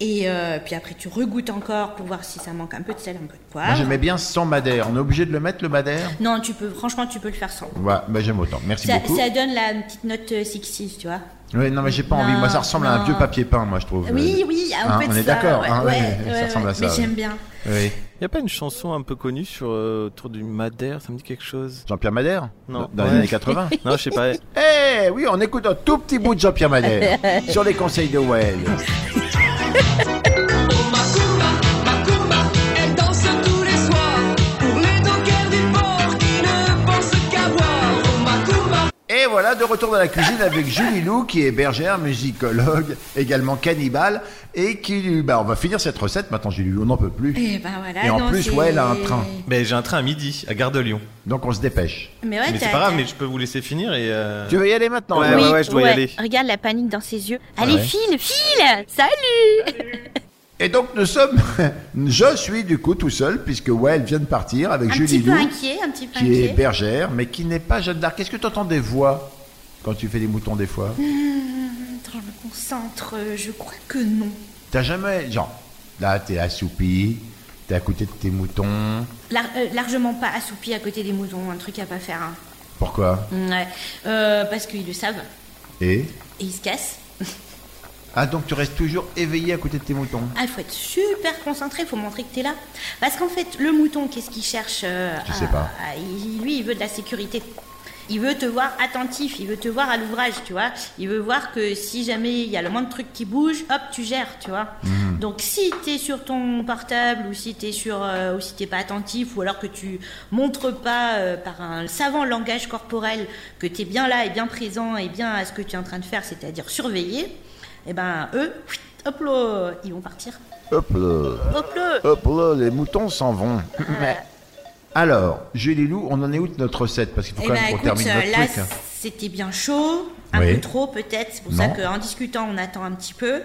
Speaker 4: Et euh, puis après, tu regoutes encore pour voir si ça manque un peu de sel, un peu de
Speaker 2: Moi
Speaker 4: poivre.
Speaker 2: j'aimais bien sans madère, on est obligé de le mettre le madère
Speaker 4: non, tu peux, franchement, tu peux le faire sans.
Speaker 2: Ouais, bah, j'aime autant, merci
Speaker 4: Ça,
Speaker 2: beaucoup.
Speaker 4: ça donne la petite note euh, 66, tu vois.
Speaker 2: Ouais, non mais j'ai pas envie, moi ça ressemble à un
Speaker 4: non.
Speaker 2: vieux papier peint moi je trouve.
Speaker 4: Oui, oui, un
Speaker 2: Hein,
Speaker 4: peu de
Speaker 2: on est
Speaker 4: ça,
Speaker 2: d'accord,
Speaker 4: ouais,
Speaker 2: hein,
Speaker 4: ouais,
Speaker 2: ouais, ça
Speaker 4: ouais,
Speaker 2: ressemble à
Speaker 4: ouais,
Speaker 2: ça,
Speaker 4: Mais
Speaker 2: ouais.
Speaker 4: j'aime bien.
Speaker 2: Oui.
Speaker 8: Y a pas une chanson un peu connue sur, euh, autour du Madère, ça me dit quelque chose
Speaker 2: Jean-Pierre Madère
Speaker 8: Non.
Speaker 2: Dans les
Speaker 8: Ouais.
Speaker 2: années 80
Speaker 8: Non, je sais pas.
Speaker 2: Eh oui, on écoute un tout petit bout de Jean-Pierre Madère sur les conseils de Well.
Speaker 9: Macumba, Macumba, elle danse tous les soirs pour les dockers du port qui ne pensent qu'à boire. Oh Macumba,
Speaker 2: Et voilà, de retour dans la cuisine avec Julie Lou, qui est bergère, musicologue, également cannibale, et qui, bah, on va finir cette recette maintenant, Julie Lou, on n'en peut plus.
Speaker 4: Et ben voilà.
Speaker 2: Et en
Speaker 4: non,
Speaker 2: plus,
Speaker 4: c'est-
Speaker 2: ouais, elle a un train.
Speaker 3: Mais j'ai un train à midi à Gare de Lyon.
Speaker 2: Donc on se dépêche.
Speaker 4: Mais ouais,
Speaker 3: mais
Speaker 4: t'as-
Speaker 3: c'est pas grave,
Speaker 4: t'as-
Speaker 3: mais je peux vous laisser finir et. euh,
Speaker 2: Tu veux y aller maintenant
Speaker 8: Ouais,
Speaker 2: Lou
Speaker 8: ouais, ouais, je dois y aller.
Speaker 4: Regarde la panique dans ses yeux. Allez,
Speaker 2: ouais.
Speaker 4: file, file Salut
Speaker 2: Et donc nous sommes, je suis du coup tout seul, puisque Well vient de partir avec
Speaker 4: Un
Speaker 2: Julie
Speaker 4: petit peu
Speaker 2: Lou,
Speaker 4: inquiet, un petit peu
Speaker 2: qui est
Speaker 4: inquiet.
Speaker 2: bergère, mais qui n'est pas Jeanne d'Arc. Qu'est-ce que tu entends des voix quand tu fais des moutons des fois
Speaker 4: Attends, je me concentre, euh, je crois que non.
Speaker 2: T'as jamais, genre, là t'es assoupi, t'es à côté de tes moutons,
Speaker 4: Lar- euh, largement pas assoupi à côté des moutons, un truc à pas faire. hein.
Speaker 2: pourquoi
Speaker 4: Ouais. Euh, parce qu'ils le savent
Speaker 2: Et
Speaker 4: et ils se cassent.
Speaker 2: Ah donc tu restes toujours éveillé à côté de tes moutons
Speaker 4: Ah, il faut être super concentré, il faut montrer que t'es là. Parce qu'en fait, le mouton, qu'est-ce qu'il cherche euh,
Speaker 2: Je
Speaker 4: à-
Speaker 2: sais pas.
Speaker 4: à- il- Lui, il veut de la sécurité. Il veut te voir attentif, il veut te voir à l'ouvrage, tu vois. Il veut voir que si jamais il y a le moindre truc qui bouge, hop, tu gères, tu vois.
Speaker 9: Mhm.
Speaker 4: Donc si t'es sur ton portable ou si t'es sur euh, ou si t'es pas attentif ou alors que tu montres pas euh, par un savant langage corporel que t'es bien là et bien présent et bien à ce que tu es en train de faire, c'est-à-dire surveiller, eh ben eux, hop là, ils vont partir.
Speaker 2: Hop là.
Speaker 4: Hop là.
Speaker 2: Hop là, les moutons s'en vont. Alors, Julie Lou, on en est où de notre recette Parce qu'il faut
Speaker 4: Eh
Speaker 2: quand
Speaker 4: ben
Speaker 2: même qu'on
Speaker 4: écoute,
Speaker 2: termine notre
Speaker 4: euh, là
Speaker 2: truc. hein.
Speaker 4: c'était bien chaud, un
Speaker 2: Oui.
Speaker 4: peu trop peut-être, c'est pour ça
Speaker 2: Non.
Speaker 4: qu'en discutant on attend un petit peu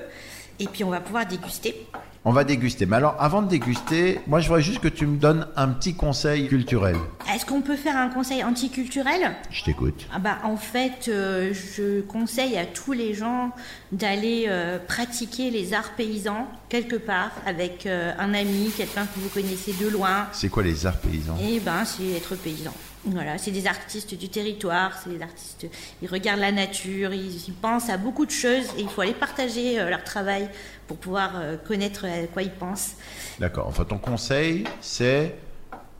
Speaker 4: et puis on va pouvoir déguster.
Speaker 2: On va déguster. Mais alors, avant de déguster, moi, je voudrais juste que tu me donnes un petit conseil culturel.
Speaker 4: Est-ce qu'on peut faire un conseil anticulturel
Speaker 2: Je t'écoute.
Speaker 4: Ah bah, en fait, euh, je conseille à tous les gens d'aller euh, pratiquer les arts paysans quelque part avec euh, un ami, quelqu'un que vous connaissez de loin.
Speaker 2: C'est quoi les arts paysans
Speaker 4: Et ben, c'est être paysan. Voilà, c'est des artistes du territoire, c'est des artistes. Ils regardent la nature, ils, ils pensent à beaucoup de choses et il faut aller partager euh, leur travail pour pouvoir euh, connaître à quoi ils pensent.
Speaker 2: D'accord. Enfin, ton conseil, c'est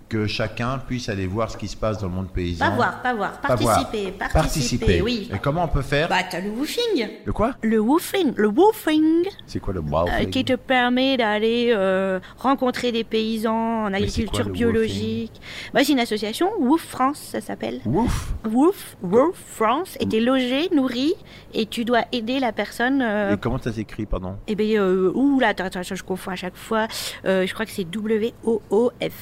Speaker 2: que chacun puisse aller voir ce qui se passe dans le monde paysan.
Speaker 4: Pas voir, pas voir,
Speaker 2: Pas voir.
Speaker 4: participer, participer, oui.
Speaker 2: Et comment on peut faire
Speaker 4: Bah, t'as le woofing.
Speaker 2: Le quoi
Speaker 4: Le woofing, le woofing.
Speaker 2: C'est quoi le wow
Speaker 4: Euh, qui te permet d'aller euh, rencontrer des paysans en
Speaker 2: c'est quoi,
Speaker 4: agriculture
Speaker 2: le
Speaker 4: biologique. Bah, c'est une association, Woof France, ça s'appelle.
Speaker 2: Woof
Speaker 4: Woof, Woof France, et t'es logé, nourri, et tu dois aider la personne. euh,
Speaker 2: Et comment ça s'écrit, pardon
Speaker 4: eh ben, euh, ouh là, attends, attends, je confonds à chaque fois. Euh, je crois que c'est W-O-O-F.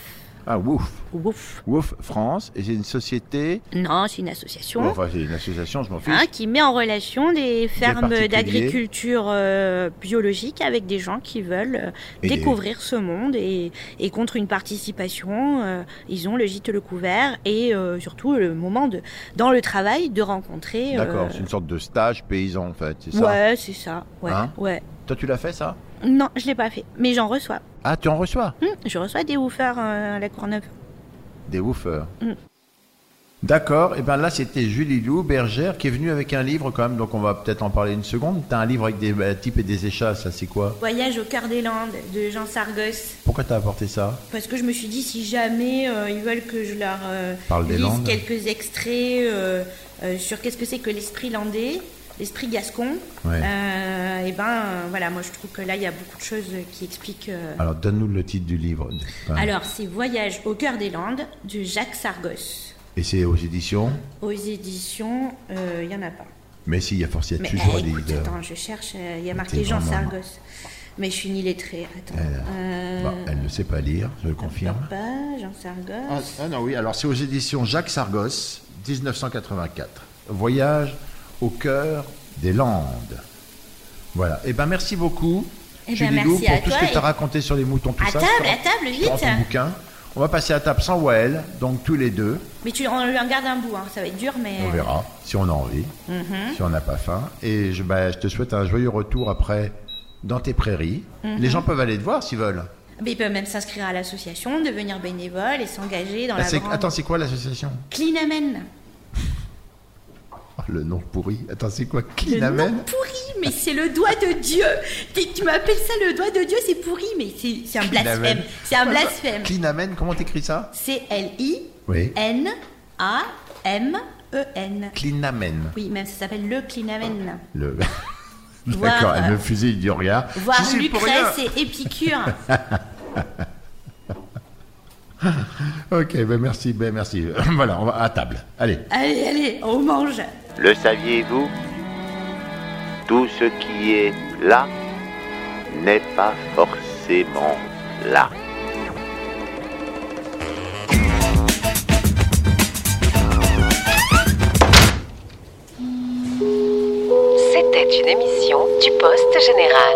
Speaker 2: Ah, Woof.
Speaker 4: Woof.
Speaker 2: Woof France. Et c'est une société.
Speaker 4: Non, c'est une association.
Speaker 2: Bon, enfin, c'est une association, je m'en fiche.
Speaker 4: hein, qui met en relation des fermes
Speaker 2: particuliers.
Speaker 4: d'agriculture euh, biologique avec des gens qui veulent euh,
Speaker 2: Et des-
Speaker 4: découvrir ce monde et, et contre une participation, euh, ils ont le gîte le couvert et euh, surtout le moment de, dans le travail de rencontrer. euh,
Speaker 2: D'accord. C'est une sorte de stage paysan, en fait. C'est ça
Speaker 4: Ouais, c'est ça. Ouais,
Speaker 2: Hein
Speaker 4: ouais.
Speaker 2: Toi, tu l'as fait, ça
Speaker 4: Non, je l'ai pas fait, mais j'en reçois.
Speaker 2: Ah, tu en reçois
Speaker 4: Hum, je reçois des woofers euh, à la Courneuve.
Speaker 2: Des woofers.
Speaker 4: Mm.
Speaker 2: D'accord, et bien là c'était Julie Lou Bergère qui est venue avec un livre quand même, donc on va peut-être en parler une seconde. T'as un livre avec des euh, types et des échasses, ça c'est quoi
Speaker 4: Voyage au cœur des Landes de Jean Sargos.
Speaker 2: Pourquoi t'as apporté ça
Speaker 4: Parce que je me suis dit, si jamais euh, ils veulent que je leur euh,
Speaker 2: Parle des
Speaker 4: lise
Speaker 2: Landes.
Speaker 4: quelques extraits euh, euh, sur qu'est-ce que c'est que l'esprit landais, l'esprit gascon,
Speaker 2: Ouais.
Speaker 4: et ben euh, voilà, moi je trouve que là il y a beaucoup de choses qui expliquent. euh,
Speaker 2: Alors donne-nous le titre du livre. quand même.
Speaker 4: Alors, c'est Voyage au cœur des Landes de Jacques Sargos.
Speaker 2: Et c'est aux éditions
Speaker 4: Aux éditions, euh, il y en a pas.
Speaker 2: Mais si, il y a forcément
Speaker 4: Mais
Speaker 2: toujours
Speaker 4: eh,
Speaker 2: des
Speaker 4: écoute,
Speaker 2: leaders.
Speaker 4: attends, je cherche, euh, il y a
Speaker 2: T'es
Speaker 4: marqué Jean
Speaker 2: vraiment-
Speaker 4: Sargos. Mais je suis ni lettrée, attends.
Speaker 2: Elle,
Speaker 4: Euh,
Speaker 2: bah, elle ne sait pas lire, je le confirme.
Speaker 4: pas Jean Sargos.
Speaker 2: Ah, ah non, oui, alors c'est aux éditions Jacques Sargos, 1984. Voyage au cœur des Landes. Voilà, et ben merci beaucoup.
Speaker 4: Eh ben,
Speaker 2: Julie
Speaker 4: merci
Speaker 2: Lou, pour
Speaker 4: à
Speaker 2: tout
Speaker 4: toi
Speaker 2: ce que
Speaker 4: et-
Speaker 2: tu as raconté sur les moutons, tout
Speaker 4: À
Speaker 2: ça.
Speaker 4: table,
Speaker 2: je te-
Speaker 4: à table,
Speaker 2: je te rends
Speaker 4: vite.
Speaker 2: ton bouquin. On va passer à table sans Wael, donc tous les deux.
Speaker 4: Mais tu, on lui en garde un bout, hein. ça va être dur, mais.
Speaker 2: On verra si on a envie,
Speaker 4: Mhm.
Speaker 2: si on n'a pas faim. Et je, bah, je te souhaite un joyeux retour après dans tes prairies.
Speaker 4: Mhm.
Speaker 2: Les gens peuvent aller te voir s'ils veulent.
Speaker 4: euh, Mais ils peuvent même s'inscrire à l'association, devenir bénévole et s'engager dans
Speaker 2: Ah,
Speaker 4: la
Speaker 2: c'est-
Speaker 4: branche.
Speaker 2: Attends, c'est quoi l'association
Speaker 4: Clinamen.
Speaker 2: Oh, Le nom pourri. Attends, c'est quoi
Speaker 4: Le nom
Speaker 2: Clinamel
Speaker 4: pourri, mais c'est le doigt de Dieu. Dès que tu m'appelles ça le doigt de Dieu, c'est pourri, mais c'est c'est un blasphème. C'est un blasphème.
Speaker 2: Clinamen, comment t'écris ça
Speaker 4: C-L-I-N-A-M-E-N.
Speaker 2: Oui. Clinamen.
Speaker 4: E Oui, même ça s'appelle le Clinamen.
Speaker 2: Le...
Speaker 4: Voir,
Speaker 2: D'accord, elle
Speaker 4: euh,
Speaker 2: me fusille du regard.
Speaker 4: Voir
Speaker 2: J'y suis pour
Speaker 4: Lucrèce et Épicure.
Speaker 2: rien. ok, ben merci, ben merci. voilà, on va à table. Allez.
Speaker 4: allez, allez, on mange.
Speaker 1: Le saviez-vous Tout ce qui est là n'est pas forcément là.
Speaker 10: C'était une émission du Poste Général.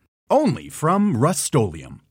Speaker 11: Only from Rust-Oleum.